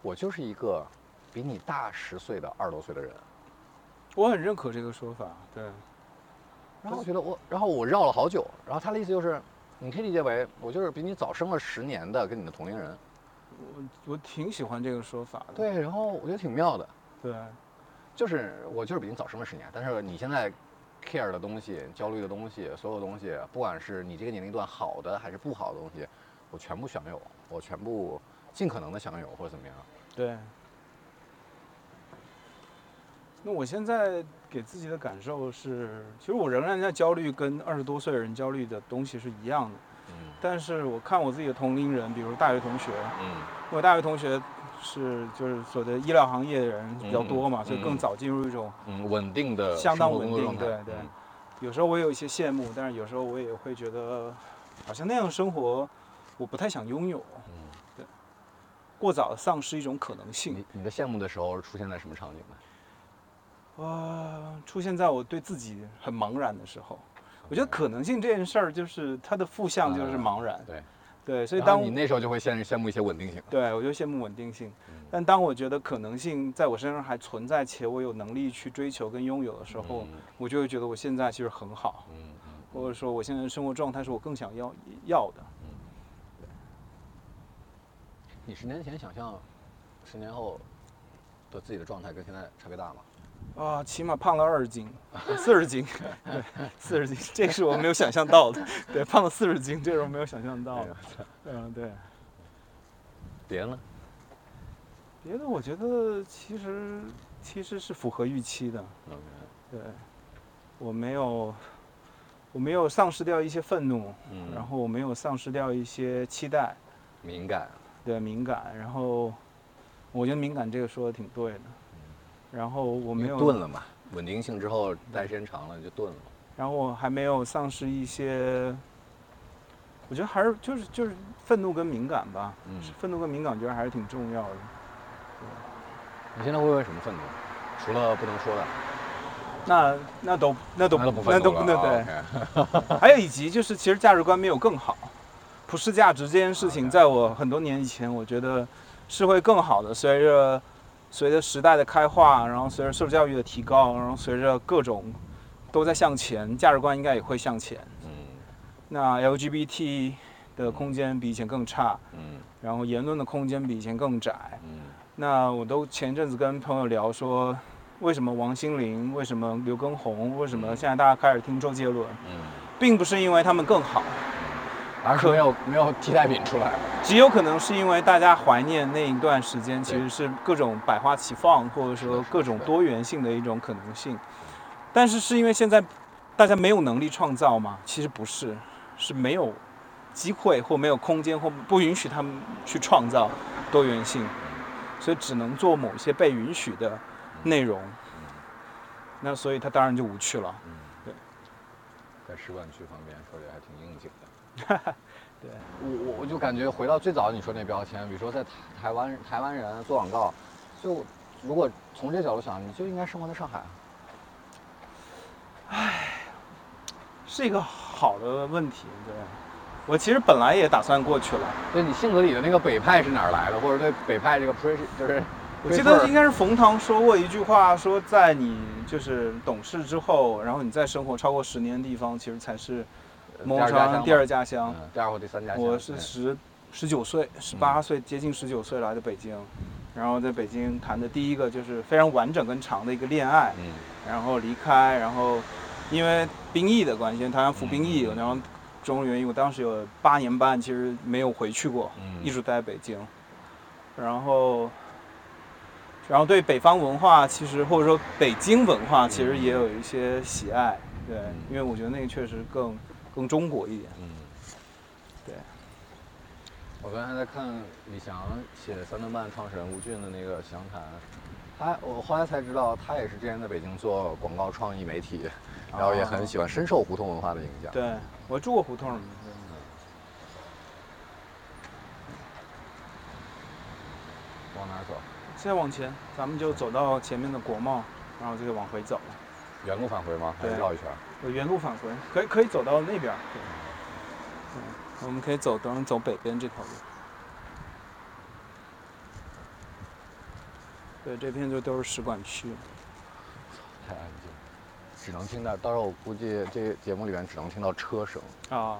我就是一个比你大十岁的二十多岁的人。我很认可这个说法，对然后我觉得我，然后我绕了好久。然后他的意思就是，你可以理解为我就是比你早生了十年的跟你的同龄人。我我挺喜欢这个说法的。对，然后我觉得挺妙的，对就是我就是比你早生了十年，但是你现在 care 的东西、焦虑的东西、所有东西，不管是你这个年龄段好的还是不好的东西，我全部享有，我全部尽可能的享有或者怎么样。对。那我现在给自己的感受是，其实我仍然在焦虑，跟二十多岁的人焦虑的东西是一样的。嗯但是我看我自己的同龄人，比如大学同学，嗯我大学同学是就是所谓的医疗行业的人比较多嘛，嗯所以更早进入一种，嗯，稳定的相当生活工作稳定状态对对嗯有时候我有一些羡慕，但是有时候我也会觉得，好像那样的生活我不太想拥有，嗯过早地丧失一种可能性你，你的羡慕的时候出现在什么场景呢？呃，出现在我对自己很茫然的时候。我觉得可能性这件事儿，就是它的负向就是茫然，啊对，对，所所以当你那时候就会羡羡慕一些稳定性。对，我就羡慕稳定性。嗯但当我觉得可能性在我身上还存在，且我有能力去追求跟拥有的时候，嗯我就会觉得我现在其实很好，嗯嗯或者说我现在的生活状态是我更想要要的。你十年前想象，十年后对自己的状态跟现在差别大吗？啊，起码胖了二十斤，四十斤，对，四十斤，这是我没有想象到的。对，胖了四十斤，这是我没有想象到哎的呦。嗯，对。别呢？别的我觉得其实其实是符合预期的。嗯，对，我没有我没有丧失掉一些愤怒，嗯然后我没有丧失掉一些期待，敏感，对敏感，然后我觉得敏感这个说的挺对的。然后我我没有嗯钝了嘛，稳定性之后待时间长了就钝了嘛。然后我还没有丧失一些，我觉得还是就是就是愤怒跟敏感吧，嗯是愤怒跟敏感，我觉得还是挺重要的。你现在会为什么愤怒？除了不能说的，那那都那都那都不那愤都怒了。那啊对，，OK 还有以及就是，其实价值观没有更好，普世价值这件事情， OK 在我很多年以前，我觉得是会更好的。随着随着时代的开化，然后随着受教育的提高，然后随着各种都在向前，价值观应该也会向前。嗯那 LGBT 的空间比以前更差，嗯然后言论的空间比以前更窄。嗯那我都前阵子跟朋友聊说，为什么王心凌，为什么刘畊宏，为什么现在大家开始听周杰伦，嗯，并不是因为他们更好。而是没有没有替代品出来。极有可能是因为大家怀念那一段时间，其对实是各种百花齐放，或者是的说是的各是种的多元性的一种可能性。但是是因为现在大家没有能力创造吗？其实不是，是没有机会或没有空间或不允许他们去创造多元性，所以只能做某些被允许的内容。那所以它当然就无趣了。嗯在示范区方面说的还挺应景的。 对我我我就感觉回到最早你说那标签，比如说在台台湾台湾人做广告，就如果从这角度想，你就应该生活在上海啊。是一个好的问题，对。我其实本来也打算过去了。对你性格里的那个北派是哪儿来的，或者对北派这个 pre 就是我记得 prefer- 应该是冯唐说过一句话，说在你就是懂事之后，然后你在生活超过十年的地方，其实才是某种程度上第二家乡。嗯第二或第三家乡。我是对嗯十十九岁，十八岁，接近十九岁来的北京，然后在北京谈的第一个就是非常完整跟长的一个恋爱，嗯然后离开，然后因为兵役的关系，台湾服兵役，嗯然后种种原因，我当时有八年半其实没有回去过，嗯一直待在北京，然后，然后对北方文化其实或者说北京文化其实也有一些喜爱，对，因为我觉得那个确实更更中国一点，啊嗯，对。我刚才在看李翔写三顿半创始人吴俊的那个详谈，他我后来才知道，他也是之前在北京做广告创意媒体，然后也很喜欢，深受胡同文化的影响。哦对我住过胡同儿，往哪儿走？现在往前，咱们就走到前面的国贸，然后就往回走了，原路返回吗？还是对绕一圈儿？我原路返回，可以可以走到那边儿，对，嗯，我们可以走，等会儿走北边这条路。对，这片就都是使馆区。太安静了，只能听到。到时候我估计这个节目里面只能听到车声。啊，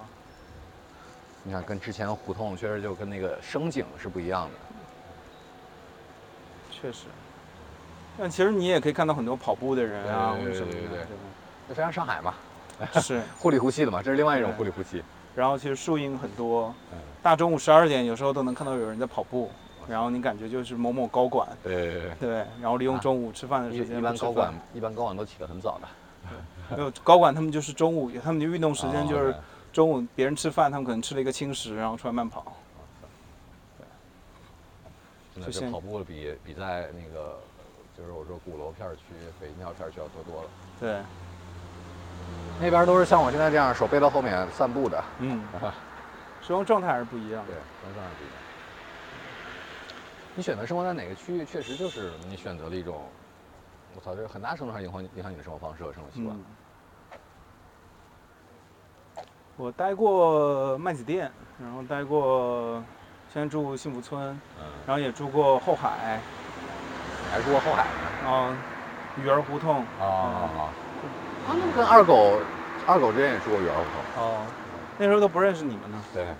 你看，跟之前胡同确实就跟那个声景是不一样的。确实。但其实你也可以看到很多跑步的人啊，或对者对什么对对的对，就非常上海嘛，对吧 是。互里互气的嘛，这是另外一种对互里互气。然后其实树荫很多嗯，大中午十二点有时候都能看到有人在跑步，然后你感觉就是某某高管，对对对对。对，然后利用啊中午吃饭的一时间一不般吃高饭管一般高管都起得很早的，没有高管他们就是中午，他们的运动时间哦就是 OK 中午别人吃饭，他们可能吃了一个轻食，然后出来慢跑。真就的是现跑步比比在那个就是我说鼓楼片儿区、北京桥片儿区要多多了。对，那边都是像我现在这样手背到后面散步的，嗯，啊生活状态还是不一样对，。跟上海不一样。你选择生活在哪个区域，确实就是你选择了一种，我操，这很大程度上影响影响你的生活方式和生活习惯。嗯，我待过麦子店，然后待过，现在住幸福村，嗯，然后也住过后海，还是过后海呢。然后鱼儿胡同。啊啊！他们跟二狗，二狗之前也住过园儿胡同。哦，那时候都不认识你们呢。对。对。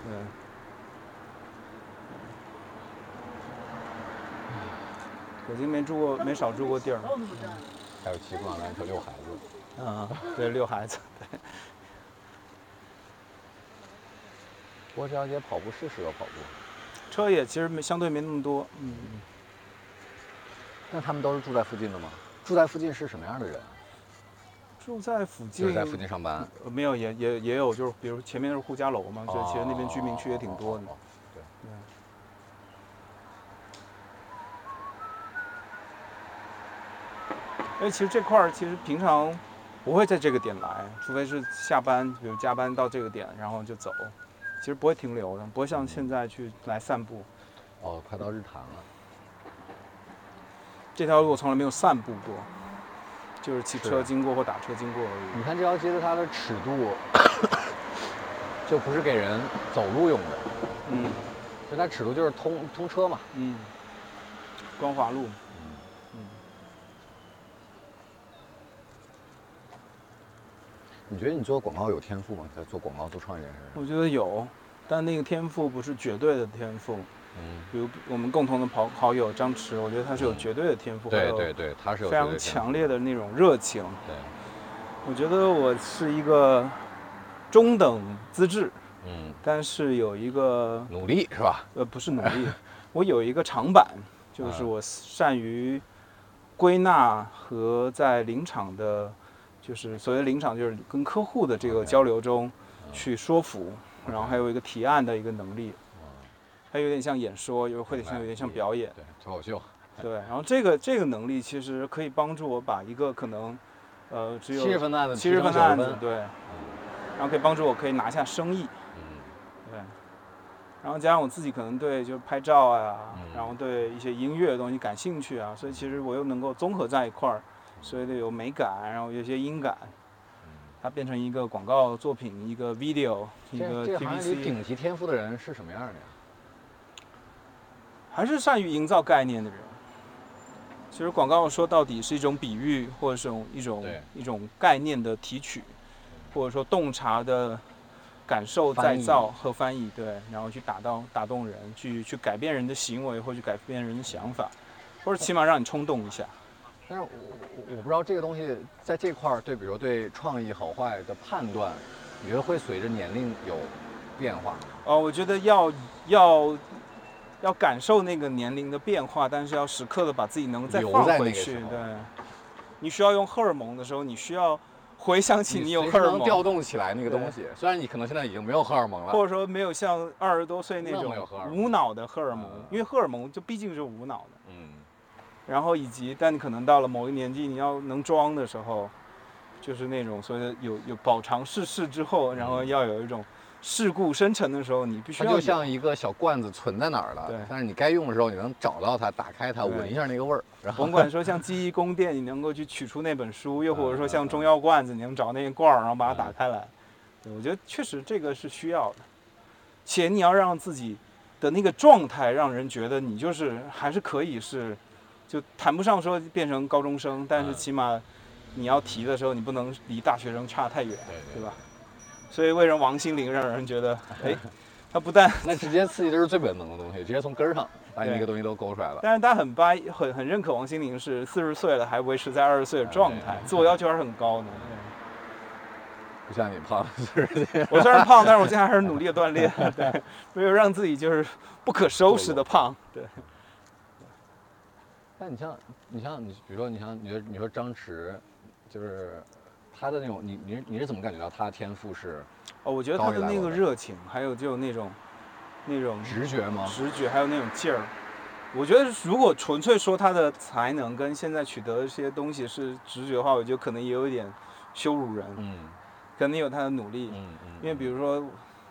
北京没住过，没少住过地儿嘛。还有骑共享单车遛孩子，嗯，对，遛孩子，对，不过这条街跑步是适合跑步，车也其实没相对没那么多，嗯，那他们都是住在附近的吗？住在附近是什么样的人？啊住在附近，就是在附近上班，呃没有，也也也有，就是比如前面是呼家楼嘛，就其实那边居民区也挺多的哦。哦哦对，对哎，其实这块儿其实平常不会在这个点来，除非是下班，比如加班到这个点，然后就走，其实不会停留的，不会像现在去来散步。哦，快到日坛了，这条路我从来没有散步过，就是骑车是啊经过或打车经过而你已。看这条街的它的尺度， 就不是给人走路用的，嗯就它尺度就是通通车嘛。嗯，光华路，你觉得你做广告有天赋吗？在做广告做创业这件事上？我觉得有，但那个天赋不是绝对的天赋。嗯，比如我们共同的跑好友张弛，我觉得他是有绝对的天赋，还嗯对有对对，他是有非绝常对天赋强烈的那种热情。对，我觉得我是一个中等资质，嗯，但是有一个努力是吧？呃不是努 力，我有一个长板，就是啊我善于归纳和在临场的，就是所谓临场就是跟客户的这个交流中啊去说服，然后还有一个提案的一个能力，啊还有点像演说，有会像有点像表演。对，脱口秀，对，然后这个这个能力其实可以帮助我把一个可能，呃，只有七十分的案子，七十分提的升案90子，对，然后可以帮助我可以拿下生意，嗯，对，然后加上我自己可能对就是拍照啊，嗯然后对一些音乐的东西感兴趣啊，所以其实我又能够综合在一块儿，所以得有美感，然后有一些音感，它变成一个广告作品，一个 video，一这个这行业里 TVC，顶级天赋的人是什么样的呀？还是善于营造概念的人。其实广告说到底是一种比喻，或者是一种对一种概念的提取，或者说洞察的感受再翻译造和翻译，对，然后去打到打动人，去去改变人的行为，或去改变人的想法，或者起码让你冲动一下。但是我我我不知道这个东西在这块儿对，比如说对创意好坏的判断，你觉得会随着年龄有变化？哦，我觉得要要要感受那个年龄的变化，但是要时刻的把自己能再留放在那回个去时。候对，你需要用荷尔蒙的时候，你需要回想起你有随荷时尔能蒙，调动起来那个东西，虽然你可能现在已经没有荷尔蒙了，或者说没有像二十多岁那那种么有荷尔蒙无脑的荷尔蒙嗯，因为荷尔蒙就毕竟是无脑的。嗯，然后以及，但你可能到了某一年纪，你要能装的时候，就是那种所谓的有有饱尝世事之后，然后要有一种世故深沉的时候，你必须嗯它要有就像一个小罐子存在哪儿了，对但是你该用的时候你能找到它，打开它，对闻一下那个味儿， 然后甭管说像记忆宫殿，你能够去取出那本书，又或者说嗯嗯像嗯中药罐子，你能找那一罐儿，然后把它打开来。对，我觉得确实这个是需要的，且你要让自己的那个状态让人觉得你就是还是可以是，就谈不上说变成高中生，但是嗯起码你要提的时候，你不能离大学生差太远，对对对吧？所以为什么王心凌让人觉得，哎，她不但那直接刺激的是最本能的东西，直接从根儿上把你那个对东西都勾出来了。但是他很巴很很认可王心凌是四十岁了还维持在二十岁的啊状态，自我要求还是很高的。不像你胖，就是我虽然胖，但是我现在还是努力的锻 炼，对，没有让自己就是不可收拾的胖。对，那你像你像你，比如说你像你说你说张弛，就是他的那种，你你是你是怎么感觉到他的天赋是哦，我觉得他的那个热情，还有就那种那种直觉吗？直觉，还有那种劲儿。我觉得如果纯粹说他的才能跟现在取得的一些东西是直觉的话，我觉得可能也有一点羞辱人，嗯可能有他的努力，嗯嗯，因为比如说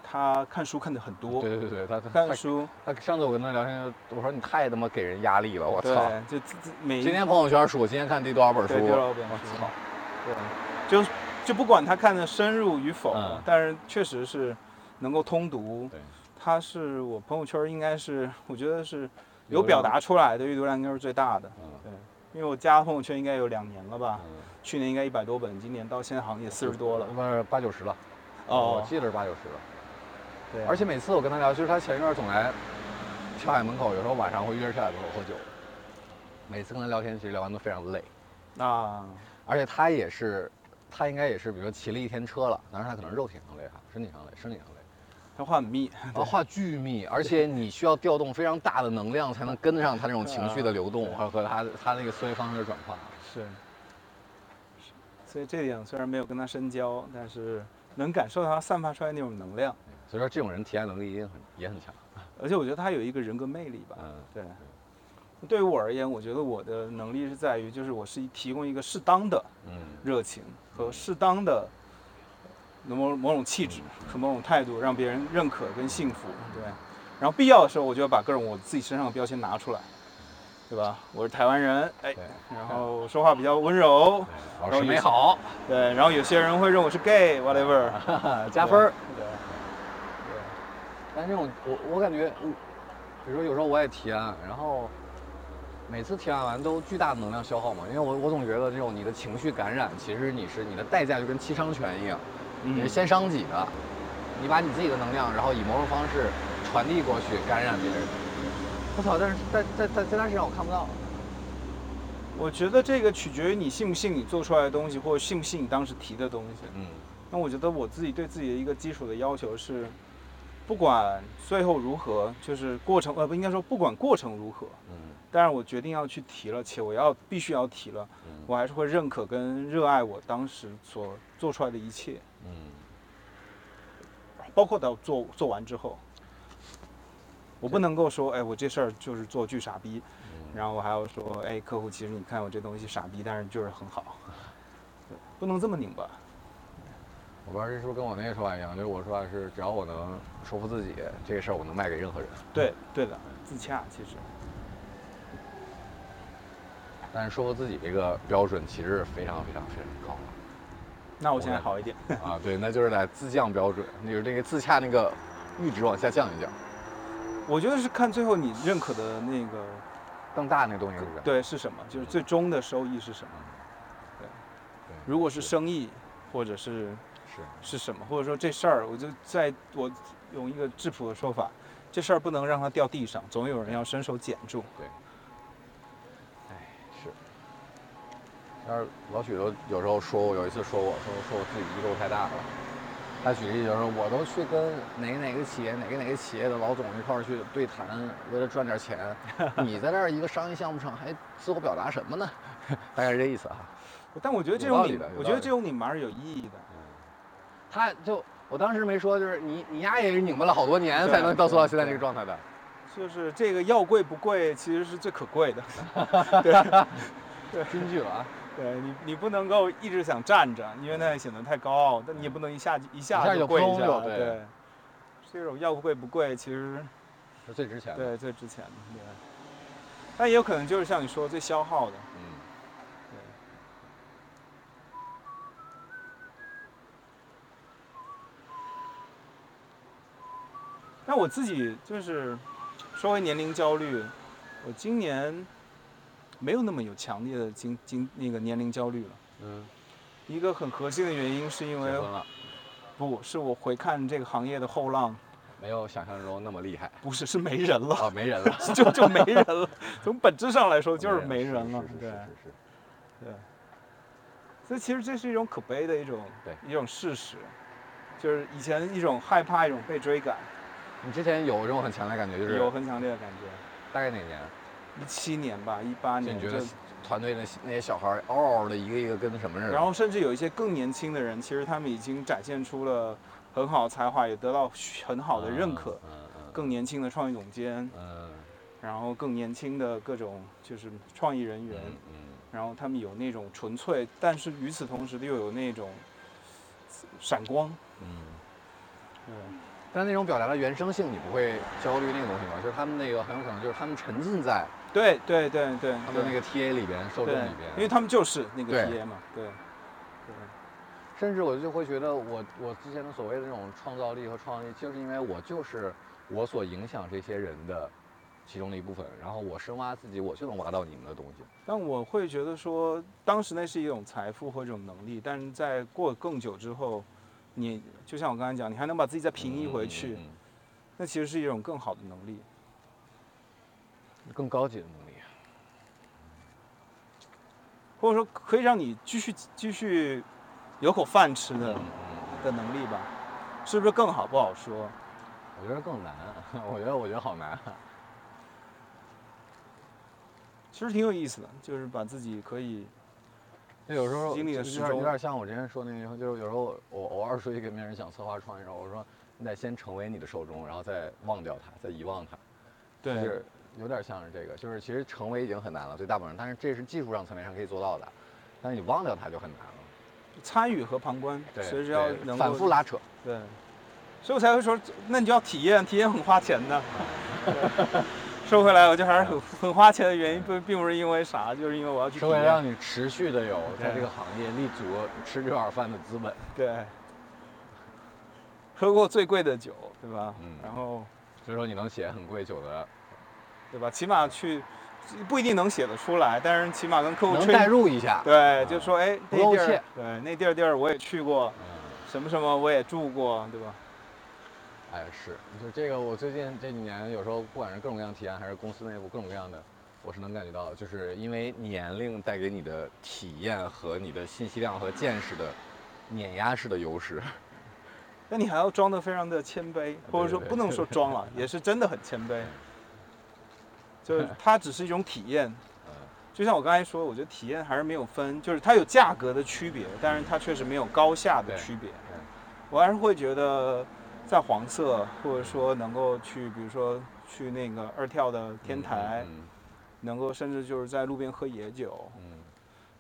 他看书看的很多，对对对，他他看他书。他上次我跟他聊天，我说你太他妈给人压力了，我对操！，就自自每一今天朋友圈数，我今天看第多少本书？对第多少本我书操！对，就就不管他看的深入与否，嗯但是确实是能够通读。对，他是我朋友圈应该是，我觉得是有表达出来的阅读量应该是最大的。嗯对，因为我加朋友圈应该有两年了吧，嗯，去年应该一百多本，今年到现在好像也啊四十多了。不是八九十了。我哦，记得是八九十了。对，而且每次我跟他聊，就是他前一段总来上海门口，有时候晚上会约着上海门口喝酒。每次跟他聊天，其实聊完都非常累。啊，而且他也是，他应该也是，比如说骑了一天车了，当然他可能肉体上累哈，身体上累，身体上累，他话很密，然后画巨密，而且你需要调动非常大的能量才能跟得上他那种情绪的流动，和和他他那个思维方式的转化。是，所以这点虽然没有跟他深交，但是能感受到他散发出来那种能量，所以说这种人体验能力一定很也很强。而且我觉得他有一个人格魅力吧。嗯，对，对于我而言，我觉得我的能力是在于，就是我是提供一个适当的嗯，热情和适当的某某种气质和某种态度，让别人认可跟信服。嗯对，然后必要的时候，我就要把各种我自己身上的标签拿出来，对吧？我是台湾人，哎，对，然后说话比较温柔，老师美好，对，然后有些人会认为我是 gay，whatever， 啊加分儿。对，但这种我我感觉，嗯比如说有时候我也提案，然后每次提案完都巨大的能量消耗嘛，因为我我总觉得这种你的情绪感染，其实你是你的代价就跟七伤拳一样，你是嗯，先伤己的，你把你自己的能量，然后以某种方式传递过去，感染别人。我操！但是在在在在他身上我看不到。我觉得这个取决于你信不信你做出来的东西，或者信不信你当时提的东西。嗯那我觉得我自己对自己的一个基础的要求是，不管最后如何，就是过程呃不应该说不管过程如何，嗯但是我决定要去提了，且我要必须要提了，嗯我还是会认可跟热爱我当时所做出来的一切，嗯，包括到做做完之后，我不能够说哎我这事儿就是做巨傻逼，然后我还要说哎客户其实你看我这东西傻逼，但是就是很好，对不能这么拧巴。我不知道这是不是跟我那个说法一样，就是我说法是只要我能说服自己，这个事儿我能卖给任何人。对对的，自洽其实。但是说服自己这个标准其实是非常非常非常高的。那我现在好一点。啊，对，那就是得自降标准，就是这个自洽那个阈值往下降一降，我觉得是看最后你认可的那个更大那个东西是不是？对是什么，就是最终的收益是什么。对，如果是生意，或者是是，是什么，或者说这事儿，我就在我用一个质朴的说法，这事儿不能让它掉地上，总有人要伸手捡住。是。但是老许都有时候说我，有一次说我说说我自己肌肉太大了。他举例就是说，我都去跟哪个哪个企业、哪个哪个企业的老总一块儿去对谈，为了赚点 钱。你在这儿一个商业项目上还自我表达什么呢？ 大概是这意思啊。但我觉得这有种道理拧的有，我道觉得理这种拧巴是有意义的。他就我当时没说，就是你你丫也是拧巴了好多年才能到做到现在这个状态的。就是这个要贵不贵，其实是最可贵的。 金句了啊。对你，你不能够一直想站着，因为那显得太高傲。但你也不能一下一嗯一下下就就跪一崩下，了对对。这种要不贵不贵，其实是最值钱的。对最值钱的，对。但也有可能就是像你说最消耗的，嗯，但我自己就是说回年龄焦虑，我今年没有那么有强烈的经经那个年龄焦虑了。嗯，一个很核心的原因是因结为婚了，不是我回看这个行业的后浪，没有想象中那么厉害不是是没人了。啊，没人 了，就就没人了。从本质上来说，就是没人了是是。是对是是是，对，所以其实这是一种可悲的一种对一种事实，就是以前一种害怕，一种被追赶，你之前有这种很强烈的感觉，就是有很强烈的感觉。大概哪年？啊一七年吧，一八就年你觉就得，团队的那些小孩儿嗷嗷的一个一个跟什么似的？然后甚至有一些更年轻的人，其实他们已经展现出了很好的才华，也得到很好的认可。嗯嗯更年轻的创意总监，嗯然后更年轻的各种就是创意人员，嗯嗯然后他们有那种纯粹，但是与此同时又有那种闪光。嗯。嗯，但那种表达的原生性，你不会焦虑那个东西吗？就是他们那个很有可能就是他们沉浸在对对对对，他们那个 TA 里边、受对众对里边，，因为他们就是那个对 TA 嘛，对对甚至我就会觉得我，我之前的所谓的那种创造力和创意，就是因为我就是我所影响这些人的其中的一部分，然后我深挖自己，我就能挖到你们的东西。但我会觉得说，当时那是一种财富或一种能力，但是在过更久之后，你就像我刚才讲，你还能把自己再平移回去，嗯嗯那其实是一种更好的能力。嗯更高级的能力。或者说可以让你继续继续有口饭吃嗯的的能力吧，是不是更好不好说？我觉得更难， 我觉得我觉得好难。其实挺有意思的，就是把自己可以就有时候经历了就十有点有周点像我之前说那个，就是有时候我偶尔说一跟别人讲策划创业的时候，我说你得先成为你的受众，然后再忘掉它，再遗忘它。对就是有点像是这个，就是其实成为已经很难了，对大部分人，但是这是技术上层面上可以做到的，但是你忘掉它就很难了。参与和旁观，对，随时要对能够反复拉扯。对，所以我才会说，那你就要体验，体验很花钱的。 说回来，我就还是很很花钱的原因，并并不是因为啥，就是因为我要去体社会让验。你持续的有在对这个行业立足吃这碗饭的资本，对，喝过最贵的酒，对吧？嗯然后，所以说你能写很贵酒的，对吧？起码去不一定能写得出来，但是起码跟客户能吹代。入一下。对，就说哎，那不地露儿怯，对，那地儿地儿我也去过，嗯什么什么我也住过，对吧？哎，是，就这个，我最近这几年有时候，不管是各种各样的体验，还是公司内部各种各样的，我是能感觉到，就是因为年龄带给你的体验和你的信息量和见识的碾压式的优势。那你还要装得非常的谦卑，或者说啊对对不能说装 了，也是真的很谦卑。就是它只是一种体验，嗯，就像我刚才说，我觉得体验还是没有分，就是它有价格的区别，但是它确实没有高下的对区别对。我还是会觉得，在黄色或者说能够去，比如说去那个二跳的 天台，嗯能够甚至就是在路边喝野酒，嗯嗯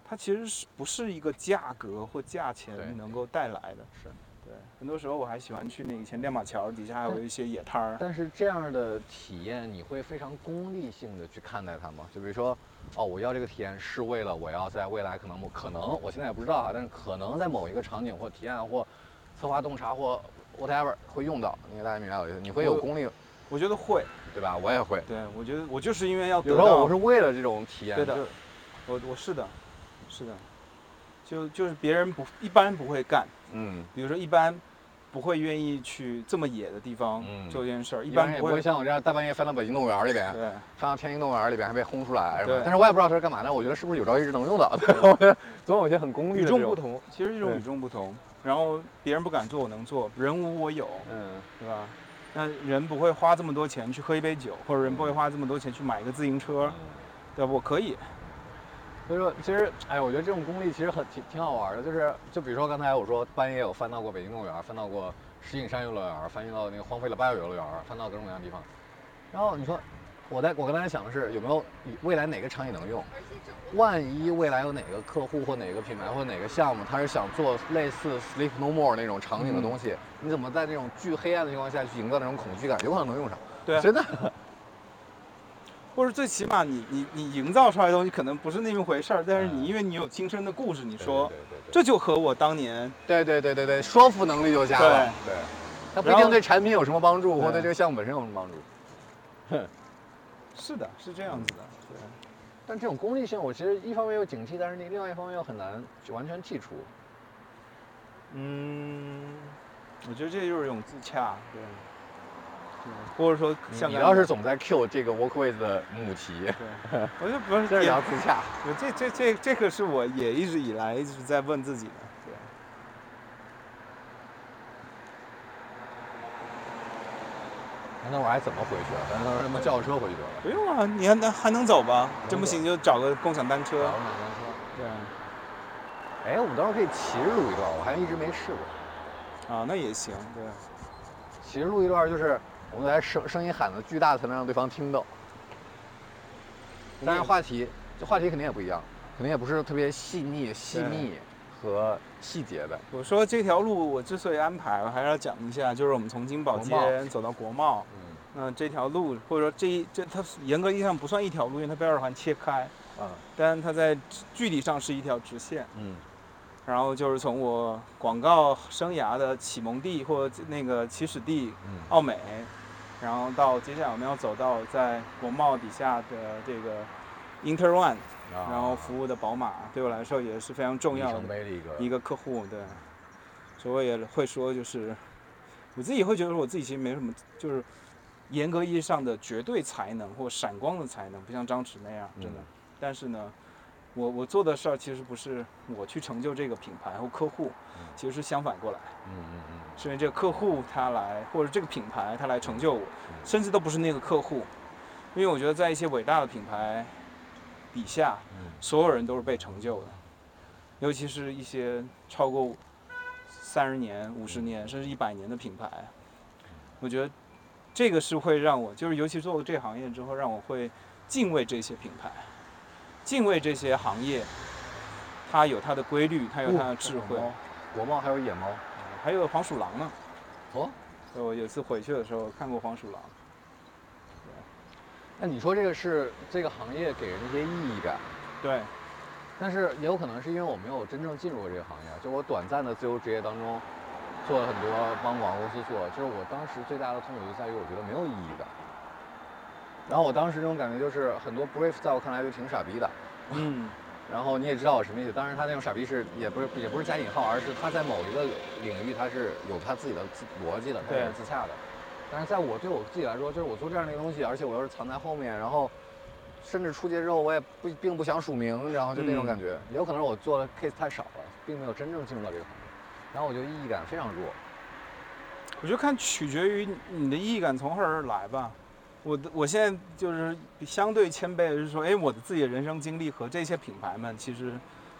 它其实是不是一个价格或价对钱能够带来的？是对，很多时候我还喜欢去那以前亮马桥底下还有一些野摊儿。但是这样的体验，你会非常功利性的去看待它吗？就比如说，哦，我要这个体验是为了我要在未来可能我可能我现在也不知道啊，但是可能在某一个场景或体验或策划洞察或 whatever 会用到。你给大家明白我意思，你会有我功利，我觉得会，对吧？我也会。对我觉得我就是因为要有得时候到我是为了这种体验，对的就是我我是的，是的，就就是别人不一般不会干，嗯，比如说一般不会愿意去这么野的地方嗯做这件事儿，一一般也不不会会。像我这样大半夜翻到北京动物园里边，对，翻到天津动物园里边还被轰出来，是吧对？但是我也不知道它是干嘛的，我觉得是不是有朝一日能用到？对， 我觉得总有一些很功利与的众这不种，同，其实这种对与众不同。然后别人不敢做，我能做；人无我有，嗯，对吧？那人不会花这么多钱去喝一杯酒，或者人不会花这么多钱去买一个自行嗯车，对吧？我可以，所以说，其实，哎，我觉得这种功利其实很挺挺好玩的，就是，就比如说刚才我说半夜有翻到过北京动物园，翻到过石景山游乐园，翻到那个荒废了八九游乐园，翻到各种各样的地方。然后你说，我在我刚才想的是有没有未来哪个场景能用？万一未来有哪个客户或哪个品牌或哪个项目，他是想做类似 Sleep No More 那种场景的东西，你怎么在那种巨黑暗的情况下去营造那种恐惧感？有可能能用上，对啊。真的。或者最起码你你你营造出来的东西可能不是那么回事儿，但是你嗯因为你有亲身的故事，你说对对对对这就和我当年对对对对对，说服能力就加了。对，它不一然定后对产品有什么帮助，或对对这个项目本身有什么帮助。是的，是这样子的。对，但这种功利性，我其实一方面又警惕，但是另另外一方面又很难去完全剔除。嗯，我觉得这就是一种自洽，对，对，或者说你像你刚要才是总在 Q 这个 Workways 的母 题，对，我就不是这是也 聊自洽。我这这这这个是我也一直以来一直在问自己的，对。那会儿还怎么回去啊？反正当时他妈叫个车回去得了。不用啊，你还能还能走吧？能真不走行就找个共享单车然后。买辆车对啊哎，我们到时候可以骑着录一段，我还一直没试过。啊，那也行，对。骑着录一段就是我们来声声音喊的巨大，才能让对方听到。但是话题，这话题肯定也不一样，肯定也不是特别细腻、细腻和细节的。我说这条路我之所以安排，我还是要讲一下，就是我们从金宝国街贸走到国贸，嗯那这条路或者说这一这它严格意义上不算一条路，因为它被二环切开，啊但它在距离上是一条直线。嗯然后就是从我广告生涯的启蒙地或那个起始地嗯奥美，然后到接下来我们要走到在国贸底下的这个 Inter One，然后服务的宝马，对我来说也是非常重要嗯啊里程的碑的一个一个客户。对，所以我也会说，就是我自己会觉得我自己其实没什么，就是严格嗯意义上的绝对才能或闪光的才能，不像张弛那样，真的。但是呢，我我做的事儿其实不是我去成就这个品牌或客户，其实是相反过来，嗯嗯嗯是因为这个客户他来，或者这个品牌他来成就我，嗯甚至都不是那个客户，因为我觉得在一些伟大的品牌底下，嗯所有人都是被成就的，尤其是一些超过三十年、五十嗯年甚至一百年的品牌，我觉得这个是会让我，就是尤其做了这行业之后，让我会敬畏这些品牌，敬畏这些行业，它有它的规律，它有它的智慧。嗯哦国贸还有野猫，还有黄鼠狼呢，哦，我有一次回去的时候看过黄鼠狼。那你说这个是这个行业给人一些意义感，对，但是也有可能是因为我没有真正进入过这个行业，就我短暂的自由职业当中，做了很多帮广告公司做，就是我当时最大的痛苦就在于我觉得没有意义感。然后我当时这种感觉就是很多 brief 在我看来就挺傻逼的，嗯，然后你也知道我什么意思，当然他那种傻逼是也不是也不是加引号，而是他在某一个领域他是有他自己的自逻辑的，他也是对自洽的。但是在我对我自己来说，就是我做这样的一个东西，而且我又是藏在后面，然后甚至出街之后我也不并不想署名，然后就那种嗯感觉，也有可能是我做的 case 太少了，并没有真正进入到这个行业，然后我觉得意义感非常弱。我觉得看取决于你的意义感从何而来吧。我的我现在就是相对谦卑的是说，哎，我的自己的人生经历和这些品牌们其实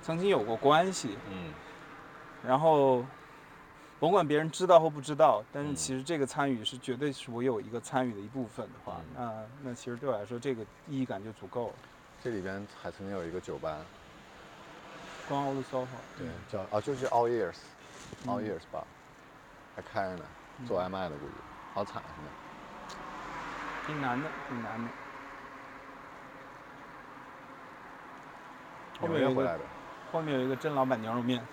曾经有过关系，嗯然后甭管别人知道或不知道，但是嗯其实这个参与是绝对是我有一个参与的一部分的话，嗯那那其实对我来说这个意义感就足够了。这里边还曾经有一个酒吧，光 old sofa，对，叫啊就是 All Years，嗯 All Years 吧，还开着呢，做外卖的估计，好惨啊现在。挺难的，挺难的。后面有一个的。后面有一个甄老板牛肉 面，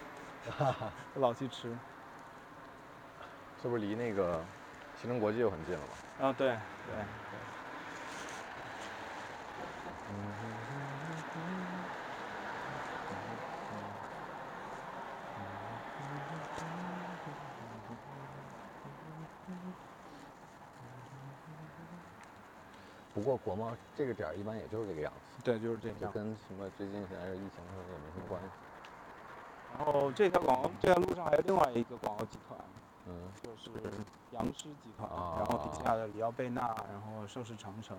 我老去吃。这不是离那个新城国际又很近了吗？啊，对对。不过国贸这个点儿一般也就是这个样子，对，就是这就样。跟什么最近现在是疫情什么也没什么关系。然后这条广告这条路上还有另外一个广告集团，嗯，就是杨狮集团，啊然后底下的里奥贝纳，然后盛世长城。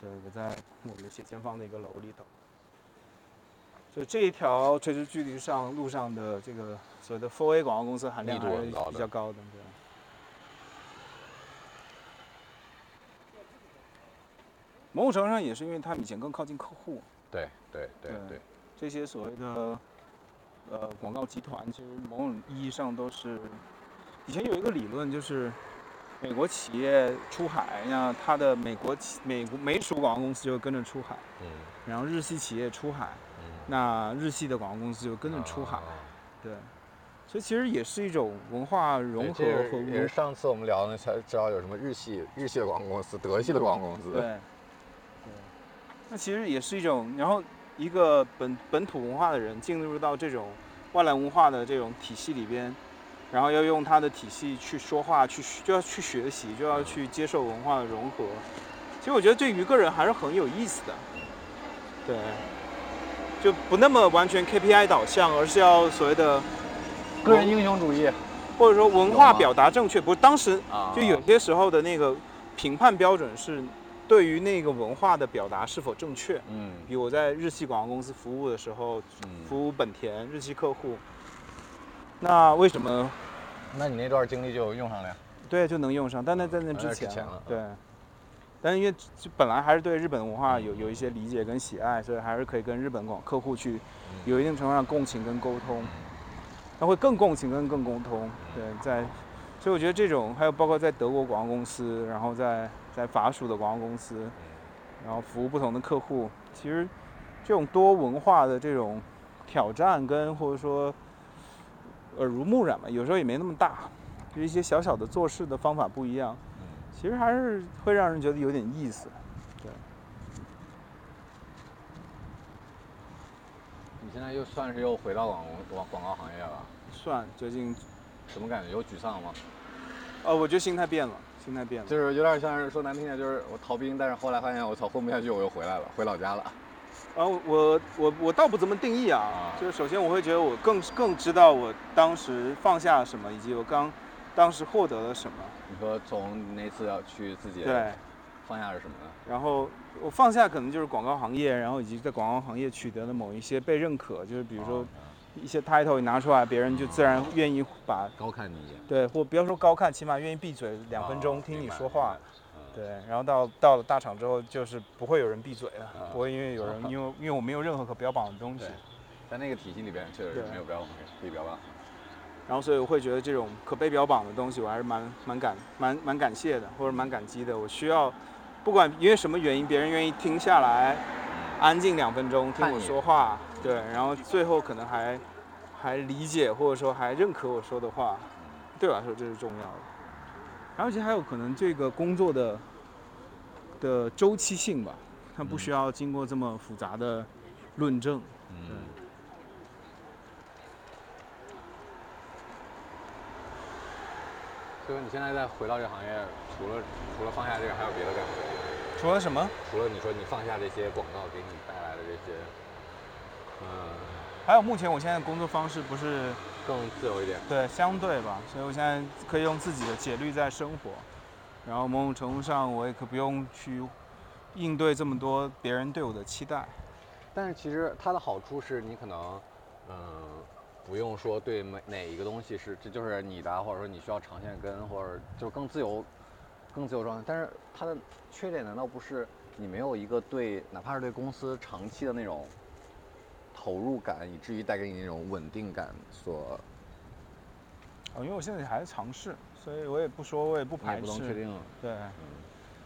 对，我在我们斜前方的一个楼里头。就这一条垂直距离上路上的这个所谓的 Four A 广告公司含量密度还是很高的比较高的，对。某种程度上也是因为他们以前更靠近客户，啊对对对对对，这些所谓的呃广告集团，其实某种意义上都是以前有一个理论，就是美国企业出海，那它的美国企美国美属广告公司就跟着出海，嗯然后日系企业出海，嗯，那日系的广告公司就跟着出海，啊对。所以其实也是一种文化融合和也是文上次我们聊的才知道有什么日系日系的广告公司、德系的广告公司。对，对，那其实也是一种，然后一个本本土文化的人进入到这种外来文化的这种体系里边，然后要用他的体系去说话，去学就要去学习，就要去接受文化的融合。其实我觉得对于个人还是很有意思的，对，就不那么完全 KPI 导向，而是要所谓的个人英雄主义或者说文有化吗表达正确。不是当时啊就有些时候的那个评判标准是对于那个文化的表达是否正确。嗯比如我在日系广告公司服务的时候，嗯。服务本田日系客户，那为什么那你那段经历就用上了呀？对就能用上？但那在那嗯之之前了了对。但是因为就本来还是对日本文化有有一些理解跟喜爱，所以还是可以跟日本广客户去有一定程度上共情跟沟通，那会更共情跟更沟通。对，在，所以我觉得这种还有包括在德国广告公司，然后在在法属的广告公司，然后服务不同的客户，其实这种多文化的这种挑战跟或者说耳濡目染吧，有时候也没那么大，就一些小小的做事的方法不一样，其实还是会让人觉得有点意思。你现在又算是又回到广告广广告行业了，算最近，什么感觉？有沮丧吗？呃，我觉得心态变了，心态变了。就是有点像是说难听点，就是我逃兵，但是后来发现我操混不下去，我又回来了，回老家了。啊，我我我倒不怎么定义啊，就是首先我会觉得我更更知道我当时放下什么，以及我刚当时获得了什么。你说从那次要去自己对，放下是什么呢？然后我放下可能就是广告行业，然后以及在广告行业取得的某一些被认可，就是比比如说一些 title 你拿出来，别人就自然愿意把高看你一眼，对，或不要说高看，起码愿意闭嘴两分钟哦听你明白嗯说话。明白对，然后到到了大厂之后，就是不会有人闭嘴了，啊不会因为有人，因为因为我没有任何可标榜的东西对，在那个体系里边确实是对没有标榜，可以标榜。然后所以我会觉得这种可被标榜的东西，我还是蛮蛮感蛮蛮感谢的，或者蛮感激的。我需要，不管因为什么原因，别人愿意听下来，安静两分钟听看我你说话，对，然后最后可能还还理解或者说还认可我说的话，对我来说这是重要的。然后其实还有可能这个工作的的周期性吧，它不需要经过这么复杂的论证。嗯，所以说你现在再回到这行业，除了除了放下这个，还有别的感觉？除了什么？除了你说你放下这些广告给你带来的这些，嗯，还有目前我现在的工作方式不是更自由一点，对，相对吧，所以我现在可以用自己的节律在生活，然后某种程度上我也可不用去应对这么多别人对我的期待。但是其实它的好处是你可能，嗯，不用说对每哪一个东西是这就是你的啊，或者说你需要长线跟，或者就更自由，更自由状态。但是它的缺点难道不是你没有一个对哪怕是对公司长期的那种投入感，以至于带给你那种稳定感所哦，因为我现在还在尝试，所以我也不说，我也不你也排不能确斥。定，嗯对，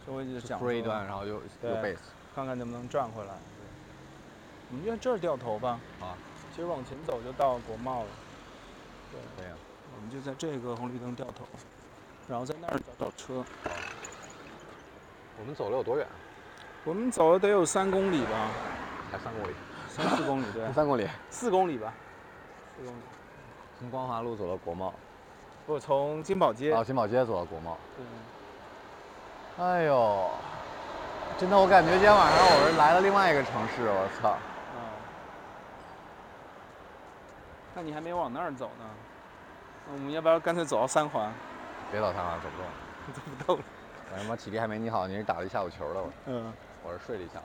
所以我一直就想 f 一说段，然后又对又 base，看看能不能赚回来。我们就在这儿掉头吧。好，啊其实往前走就到国贸了，这样。我们就在这个红绿灯掉头，然后在那儿找找车。我们走了有多远？啊我们走了得有三公里吧，还三公里，，三四公里对三公里，四公里吧，四公里。从光华路走到国贸，我从金宝街，啊，金宝街走到国贸。对哎呦，真的，我感觉今天晚上我是来了另外一个城市，我操！啊，那你还没往那儿走呢，那我们要不要干脆走到三环？别老三环走不动，走不动了。我他妈体力还没你好，你是打了一下午球的，我嗯，我是睡了一下午。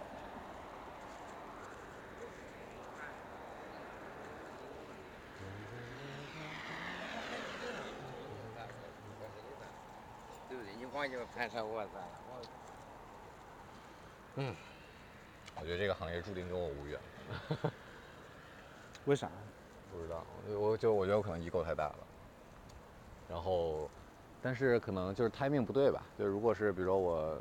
对不对？一晃就攀上我了。我觉得这个行业注定跟我无缘，为啥？不知道，我就我觉得我可能机构太大了，然后，但是可能就是 timing 不对吧？就是如果是比如说我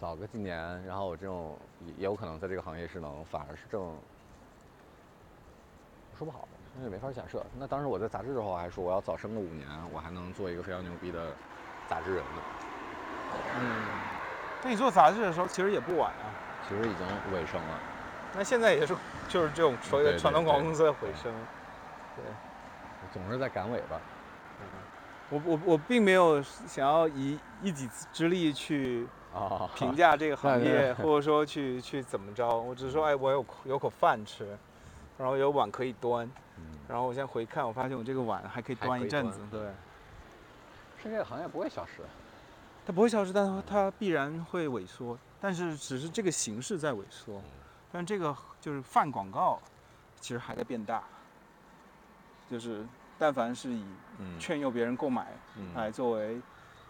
早个几年，然后我这种也也有可能在这个行业是能反而是挣，说不好，那也没法假设。那当时我在杂志的话，我还说我要早生个五年，我还能做一个非常牛逼的杂志人呢。嗯，那你做杂志的时候其实也不晚啊，其实已经尾声了，那现在也是就是这种所谓对的对传统广告对公司的回声。总是在赶尾 巴。我我我并没有想要以一己之力去啊，评价这个行对对业，或者说去去怎么着，我只是说哎，我有口有口饭吃，然后有碗可以端，嗯然后我现在回看，我发现我这个碗还可以还端可一以阵端子，对。是这个行业不会消失。它不会消失，但它它必然会萎缩，但是只是这个形式在萎嗯缩，但这个就是泛广告，其实还在变大，就是但凡是以嗯劝诱别人购买嗯来作为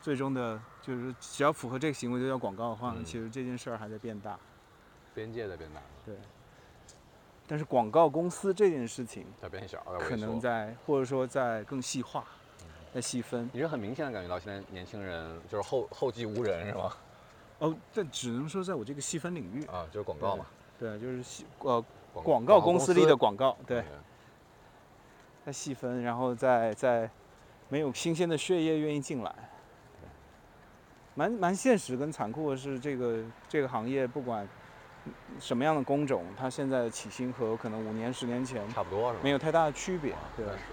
最终的，就是只要符合这个行为就叫广告的话，嗯其实这件事儿还在变大。边界在变 大，但是广告公司这件事情，在变小，在可萎缩嗯能在或者说在更细化，在细分。你是很明显的感觉到现在年轻人就是后后继无人是 吗？哦，但只能说在我这个细分领域，啊，就是广告嘛，对，就是细呃广广告公司里的广告，对感。觉再细分，然后再再没有新鲜的血液愿意进来，蛮蛮现实跟残酷的是，这个这个行业不管什么样的工种，它现在的起薪和可能五年十年前差不多是吗？没有太大的区别，对但是，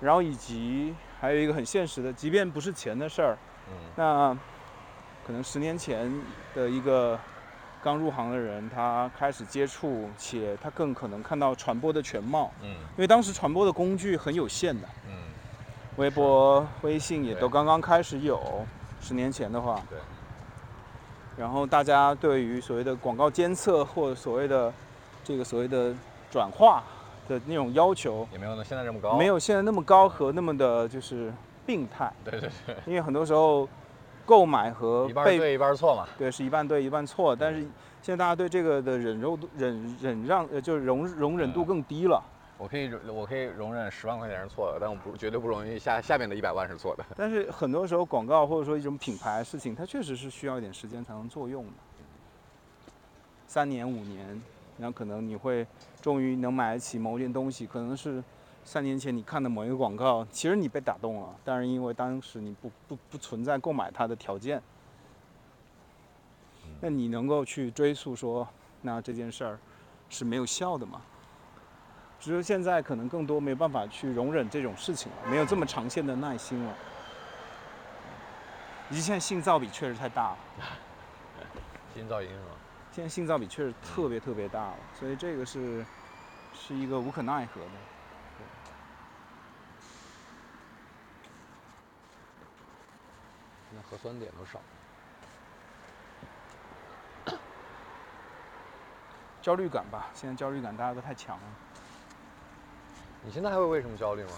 然后以及还有一个很现实的，即便不是钱的事儿，嗯那可能十年前的一个刚入行的人，他开始接触，且他更可能看到传播的全貌，嗯因为当时传播的工具很有限的，嗯，微博、微信也都对刚刚开始有，十年前的话，对。然后大家对于所谓的广告监测或者所谓的这个所谓的转化的那种要求，也没有那现在这么高，没，有现在那么高和那么的就是病态，对对对，因为很多时候购买和一半被对一半错嘛，对，是一半对一半错，但是现在大家对这个的忍受度、忍忍让，呃，就是容容忍度更低了。我可以我可以容忍十万块钱是错的，但我不绝对不容易下下面的一百万是错的。 但是很多时候广告或者说一种品牌事情，它确实是需要一点时间才能作用的，三年五年，然后可能你会终于能买起某件东西，可能是三年前你看的某一个广告，其实你被打动了，但是因为当时你不不不存在购买它的条件，那你能够去追溯说，那这件事儿是没有效的嘛？只是现在可能更多没有办法去容忍这种事情了，没有这么长线的耐心了。以及现在性噪比确实太大了，心噪音是吗？现在性噪比确实特别特别大了，所以这个是是一个无可奈何的。那核酸点都少。焦虑感吧，现在焦虑感大家都太强了。你现在还会为什么焦虑吗？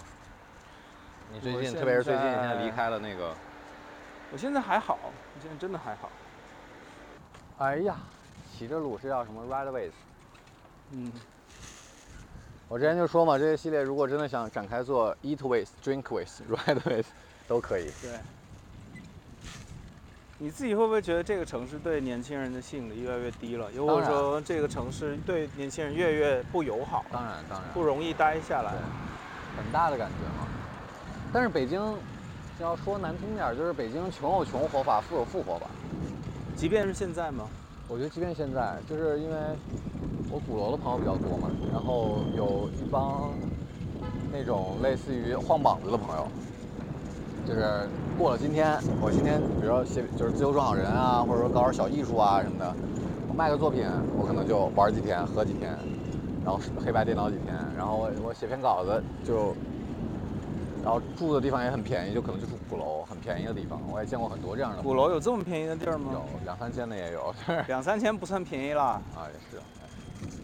你最我近，现特别是最近，在现在离开了那个。我现在还好，我现在真的还好。哎呀，骑着路，这叫什么 right ways？嗯，我之前就说嘛，这些系列如果真的想展开做 eat ways、drink ways、right ways 都可以。对。你自己会不会觉得这个城市对年轻人的吸引力越来越低了？又或者当然说这个城市对年轻人越来越不友好，当然，当然不容易待下来？很大的感觉嘛。但是北京，就要说难听点儿，就是北京穷有穷活法，富有富活法。即便是现在吗？我觉得即便现在，就是因为我鼓楼的朋友比较多嘛，然后有一帮那种类似于晃膀子的朋友，就是过了今天，我今天比如说写就是自由撰稿人啊，或者说搞点小艺术啊什么的，我卖个作品，我可能就玩几天，喝几天，然后黑白颠倒几天，然后我我写篇稿子就。然后住的地方也很便宜，就可能就住鼓楼，很便宜的地方。我也见过很多这样的鼓楼有这么便宜的地儿嗯有吗？两三千的也有，就是两三千不算便宜啦。啊，也是，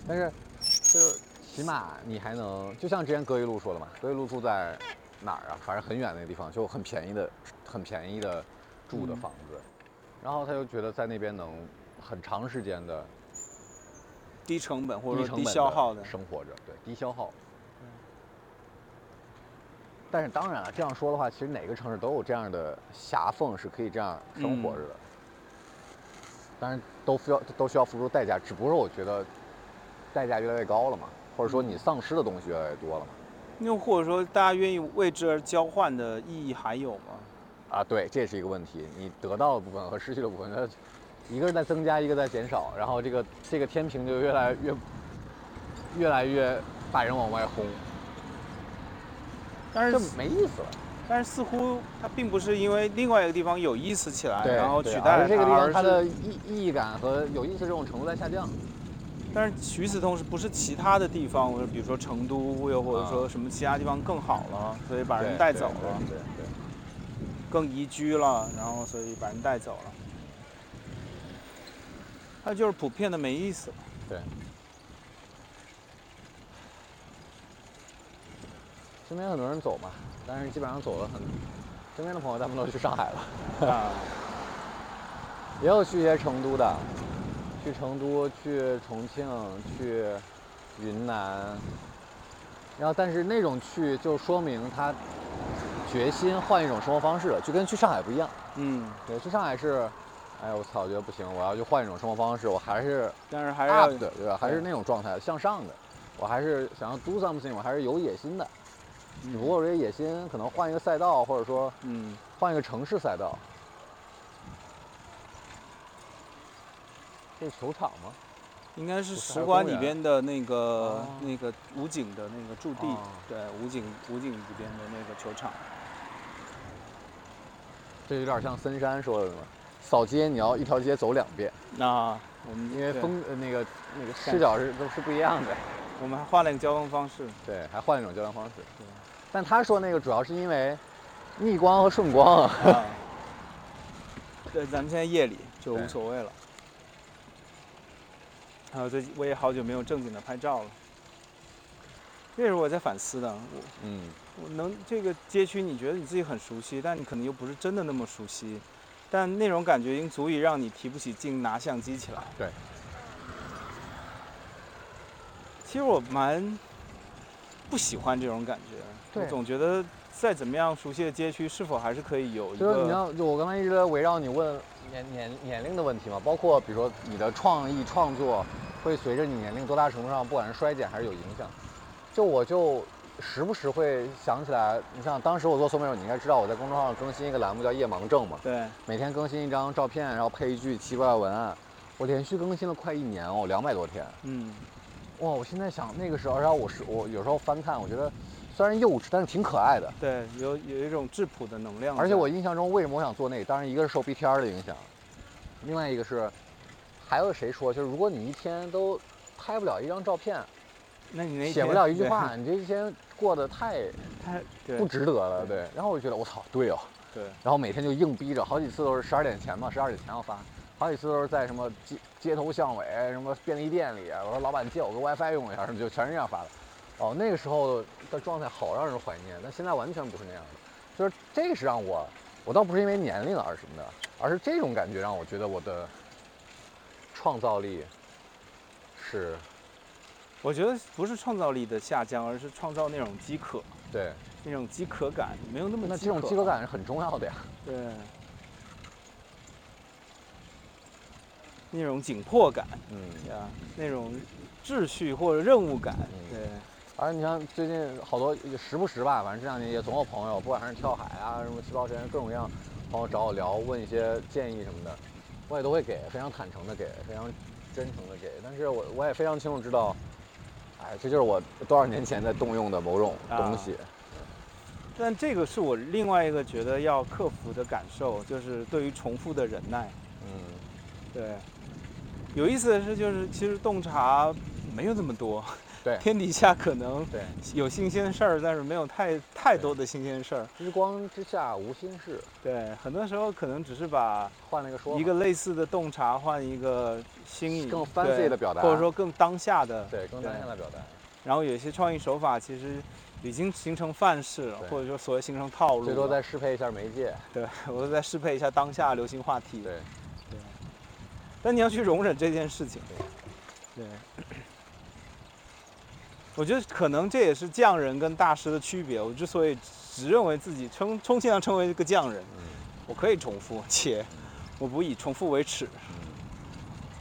但是就是起码你还能，就像之前葛一路说的嘛，葛一路住在哪儿啊？反正很远那个地方，就很便宜的，很便宜的住的嗯房子，然后他就觉得在那边能很长时间的低成本或者说低成低本地消耗的，嗯生活着，对，低消耗。但是当然啊了，这样说的话，其实哪个城市都有这样的狭缝是可以这样嗯生活着的，当然都需要都需要付出代价，只不过是我觉得代价越来越高了嘛，或者说嗯你丧失的东西越来越多了嘛。又或者说大家愿意为之而交换的意义还有吗？啊，对，这也是一个问题，你得到的部分和失去的部分，它一个是在增加，一个在减少，然后这个这个天平就越来越越来越把人往外轰，但这是没意思了。但是似乎它并不是因为另外一个地方有意思起来，对，然后取对代而了这个地而方是它的意意义感和有意思这种程度在下降。但是与此同时，不是其他的地方，比如说成都，又或者说啊什么其他地方更好了，所以把人对带对走对了，对对更宜居了，然后所以把人带走了。它就是普遍的没意 思了。身边很多人走嘛，但是基本上走了很，身边的朋友大部分都去上海了，啊，也有去一些成都的，去成都、去重庆、去云南。然后，但是那种去就说明他决心换一种生活方式了，就跟去上海不一样。嗯，对，去上海是，哎呦我操，我觉得不行，我要去换一种生活方式，我还是但是还是要 up 的，啊对吧？还是那种状态，向上的。我还是想要 do something，我还是有野心的。只不过这野心可能换一个赛道，或者说嗯，换一个城市赛道。这是球场吗？应该是不是使还有馆公里园边的那个哦那个武警的那个驻地哦，嗯对，武警武警里边的那个球场。这有点像森山说的嘛，扫街你要一条街走两遍。那我们因为对风呃那个那个感视角是都是不一样的，我们还换了一个交通方 式，对，还换一种交流方式。但他说那个主要是因为逆光和顺光啊，啊，对，咱们现在夜里就无所谓了。嗯还有这，我也好久没有正经的拍照了。这是我在反思的，我嗯，我能这个街区，你觉得你自己很熟悉，但你可能又不是真的那么熟悉，但那种感觉已经足以让你提不起劲拿相机起来。对。其实我蛮不喜欢这种感觉，我对总觉得再怎么样熟悉的街区，是否还是可以有一就是你个要，就我刚才一直在围绕你问年年年龄的问题嘛，包括比如说你的创意创作会随着你年龄多大程度上，不管是衰减还是有影响。就我就时不时会想起来，你像当时我做搜面，你应该知道我在公众号上更新一个栏目叫夜盲症嘛，对每天更新一张照片，然后配一句奇怪的文案。我连续更新了快一年哦，两百多天。嗯哇，我现在想那个时候，然后我是我有时候翻看，我觉得虽然幼稚，但是挺可爱的。对，有有一种质朴的能量在。而且我印象中，为什么我想做那个？当然，一个是受 BTR 的影响，另外一个是，还有谁说，就是如果你一天都拍不了一张照片，那你那写不了一句 话，你这一天过得太他对不值得了。对对。 然后我就觉得，我操，对哦。对然后每天就硬逼着，好几次都是十二点前嘛，十二点前要发，好几次都是在什么街街头巷尾、什么便利店里，啊我说老板借我个 WiFi 用一下，什么就全是这样发的。哦，那个时候的状态好让人怀念，但现在完全不是那样的。就是这个是让我，我倒不是因为年龄而什么的，而是这种感觉让我觉得我的创造力是我觉得不是创造力的下降，而是创造那种饥渴，对。那种饥渴感没有那么那饥这种渴饥渴感是很重要的呀。对，那种紧迫感嗯。呀，那种秩序或者任务感，嗯对，而你像最近好多时不时吧，反正这两年也总有朋友，不管是跳海啊，什么细胞实验，各种各样朋友找我聊，问一些建议什么的，我也都会给，非常坦诚的给，非常真诚的给。但是我我也非常清楚知道，哎，这就是我多少年前在动用的某种啊东西。但这个是我另外一个觉得要克服的感受，就是对于重复的忍耐。嗯，对，有意思的是，就是其实洞察没有这么多，对天底下可能对，有新鲜事儿，但是没有太太多的新鲜事儿。日光之下无心事，对，很多时候可能只是把换了一个说法一个类似的洞察换一个新颖、更 fancy 对的表达或者说更当下的。对更单向的表达。然后有一些创意手法其实已经形成范式了，对或者说所谓形成套路了。最多再适配一下媒介，对 我都在适配一下当下流行话题。对，但你要去容忍这件事情。对， 我觉得可能这也是匠人跟大师的区别。我之所以只认为自己称充其量称为一个匠人，嗯我可以重复，且我不以重复为耻。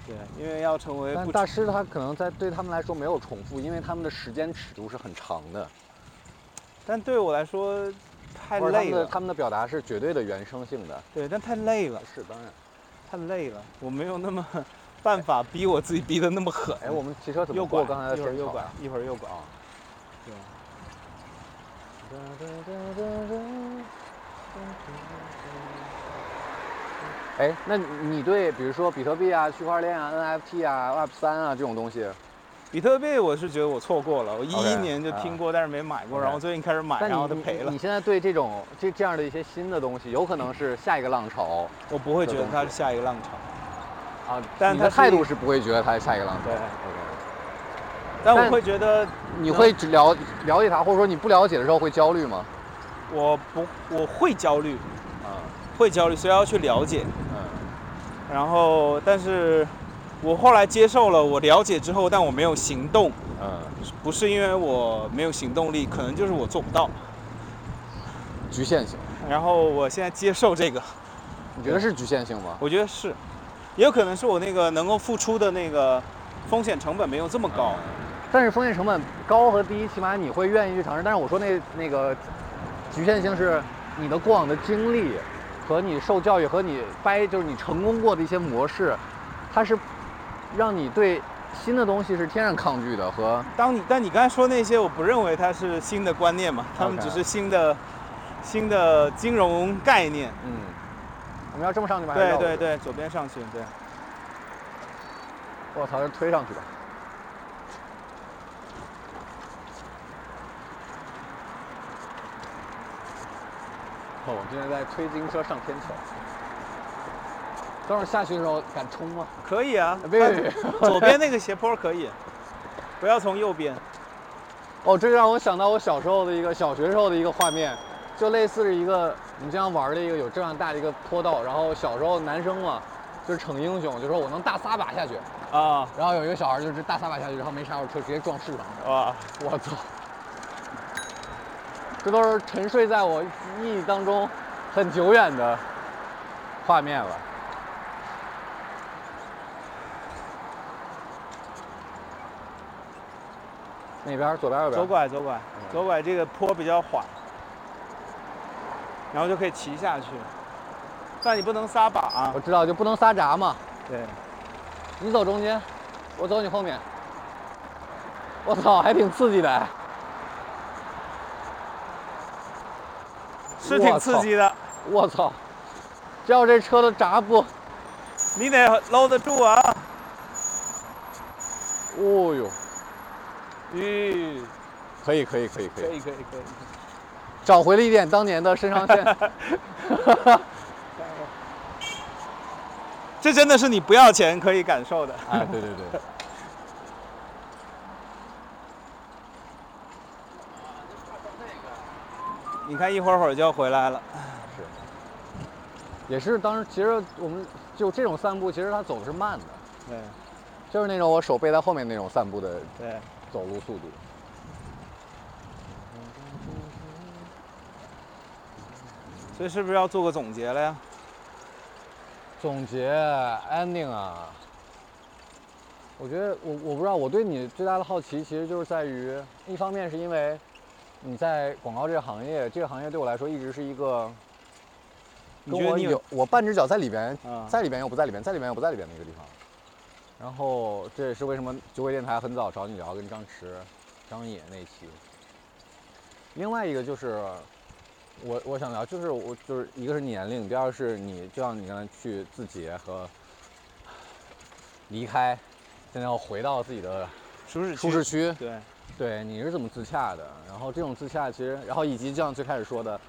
对，因为要成为嗯但哎不大师他可能在对他们来说没有重复，因为他们的时间尺度是很长的，但对我来说太或者他累们的了，他们的表达是绝对的原生性的。对，但太累了，是当然。太累了，我没有那么 办法逼我自己逼得那么狠。哎，我们骑车怎右么拐，过刚才的一会儿深右草拐啊？，一会儿右拐。对。哎，那你对比如说比特币啊、区块链啊、NFT 啊、Web 三啊这种东西，比特币我是觉得我错过了，我一一 OK，啊年就听过，但是没买过， OK 然后最近开始买，但哎然后你它你赔了你。现在对这种这这样的一些新的东西，有可能是下一个浪潮我不会觉得它是下一个浪潮，啊，但你它的是态一度是不会觉得它是下一个浪潮。对， OK 但我但会觉得你会只了了解它，或者说你不了解的时候会焦虑吗？我不我会焦虑，啊，会焦虑，所以要去了解。嗯，然后，但是我后来接受了，我了解之后，但我没有行动，嗯，不是因为我没有行动力，可能就是我做不到。局限性，然后我现在接受这个，你觉得是局限性吗？我觉得是，也有可能是我那个能够付出的那个风险成本没有这么高。但是风险成本高和低，起码你会愿意去尝试。但是我说那那个局限性是你的过往的经历和你受教育和你掰，就是你成功过的一些模式，它是让你对新的东西是天然抗拒的和当你但你刚才说那些，我不认为它是新的观念嘛，他们 OK 只是新的新的金融概念。嗯，我们要这么上去吗？还是对绕过对去，对，左边上去，对。我操，这推上去吧。哦，我这是在推自行车上天桥。等会儿下去的时候敢冲吗？哎可以啊，别别别！左边那个斜坡可以，不要从右边。哦，这让我想到我小时候的一个小学时候的一个画面，就类似是一个你这样玩儿的一个有这样大的一个坡道，然后小时候男生嘛，就是逞英雄，就说我能大撒把下去，啊然后有一个小孩就是大撒把下去，然后没刹住车直接撞树上了，哇，我操！这都是沉睡在我记忆当中很久远的画面了。那边儿左边儿右边儿左拐左拐嗯左拐，这个坡比较缓，然后就可以骑下去。但你不能撒把、啊我，知道就不能撒闸嘛，对，你走中间，我走你后面。我操，还挺刺激的。是挺我刺操激的，我操，只要这车的闸不，你得搂得住啊。哦呦，咦，可以可以可以可可以，以可以可以。找回了一点当年的肾上腺。这真的是你不要钱可以感受的。哎，对对对。 你看一会儿会儿就要回来了，也是当时，其实我们就这种散步，其实它走的是慢的，对就是那种我手背在后面那种散步的对，走路速度。所以是不是要做个总结了呀？总结 ending 啊，我觉得我我不知道，我对你最大的好奇其实就是在于，一方面是因为你在广告这个行业，这个行业对我来说一直是一个你跟觉得我你有我半只脚在里边，啊？在里边又不在里边，在里边又不在里边的一个地方。然后这也是为什么酒鬼电台很早找你聊，跟张弛、张野那一期。另外一个就是，我我想聊，就是我就是一个是年龄，第二是你就像你刚才去自节和离开，现在要回到自己的舒适区，舒适区，对，对你是怎么自洽的？然后这种自洽其实，然后以及就像最开始说的，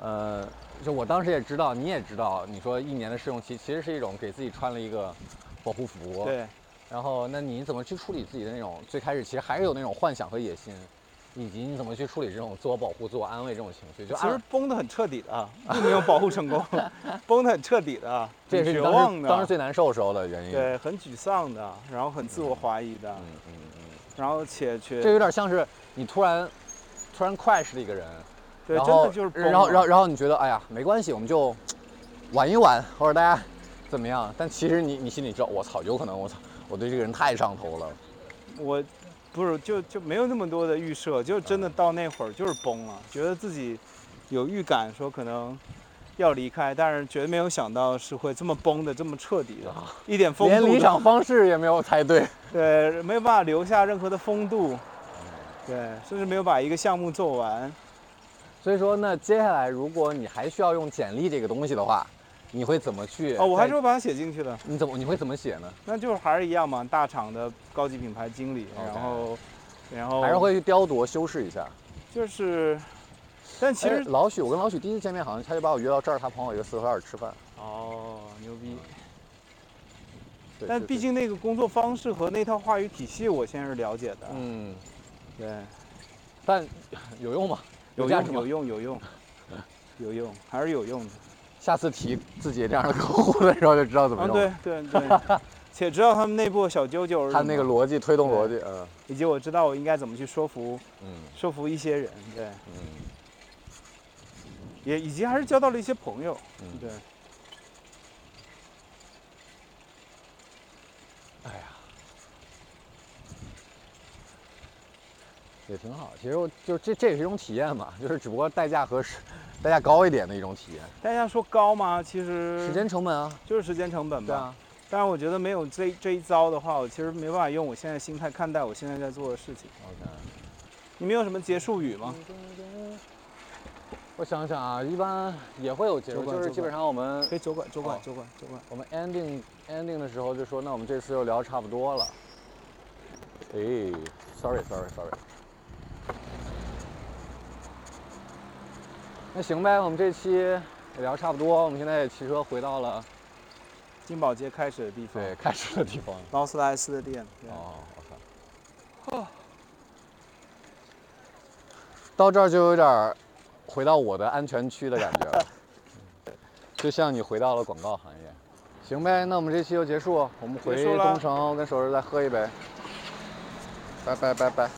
呃，就我当时也知道，你也知道，你说一年的试用期其实是一种给自己穿了一个保护服。。对，然后，那你怎么去处理自己的那种最开始其实还是有那种幻想和野心，以及你怎么去处理这种自我保护、自我安慰这种情绪？就啊其实按崩得很彻底的 啊，并没有保护成功，崩得很彻底的啊，这也是很绝你当望时当时的，最难受的时候的原因。对，很沮丧的，然后很自我怀疑的嗯，，嗯嗯然后且却这有点像是你突然突然 crash 的一个人，对，然真后的就是崩了，然后然后然后你觉得哎呀没关系，我们就玩一玩，或者大家怎么样？但其实你你心里知道，我操，有可能我操，我对这个人太上头了。我不是就就没有那么多的预设，就真嗯的到那会儿就是崩了，觉得自己有预感说可能要离开，但是绝对没有想到是会这么崩的这么彻底的，一点风啊连度离都场方式也没有猜对。对，没有办法留下任何的风度，嗯对，甚至没有把一个项目做完。所以说呢，接下来如果你还需要用简历这个东西的话，你会怎么去？哦，我还是会把它写进去的，你怎么你会怎么写呢？那就是还是一样嘛，大厂的高级品牌经理， OK 然后然后还是会去雕琢修饰一下。就是，但其哎实老许，我跟老许第一次见面，好像他就把我约到这儿，他朋友一个四合院吃饭。哦牛逼。嗯对但对毕对竟那个工作方式和那套话语体系，我现在是了解的。嗯，对，但有用吗？有价值用，吗有？用，有 用，有用，还是有用的。下次提自己这样的客户的时候，就知道怎么嗯，用。对对对， 且知道他们内部的小九九是他什那么个逻辑推动逻辑，嗯以及我知道我应该怎么去说服嗯说服一些人，对，嗯也以及还是交到了一些朋友，嗯。对。也挺好。其实我就这这也是一种体验嘛，就是只不过代价和时代价高一点的一种体验，大家说高吗？其实时间成本啊，就是时间成本对吧。啊。但是我觉得没有这这一招的话，我其实没办法用我现在心态看待我现在在做的事情。 OK。嗯你们有什么结束语吗？我想想啊，一般也会有结酒束，馆就是酒基本馆上我们可以酒馆，酒馆哦，酒馆，酒馆。我们 ending ending 的时候就说，那我们这次又聊差不多了。哎，sorry sorry sorry。那行呗，我们这期也聊差不多，我们现在也骑车回到了金宝街开始的地方，对开始的地方。劳斯莱斯的店。对哦，我操！到这儿就有点儿回到我的安全区的感觉了，就像你回到了广告行业。行呗，那我们这期就结束，我们回结束了东城跟手日再喝一杯。拜拜拜拜。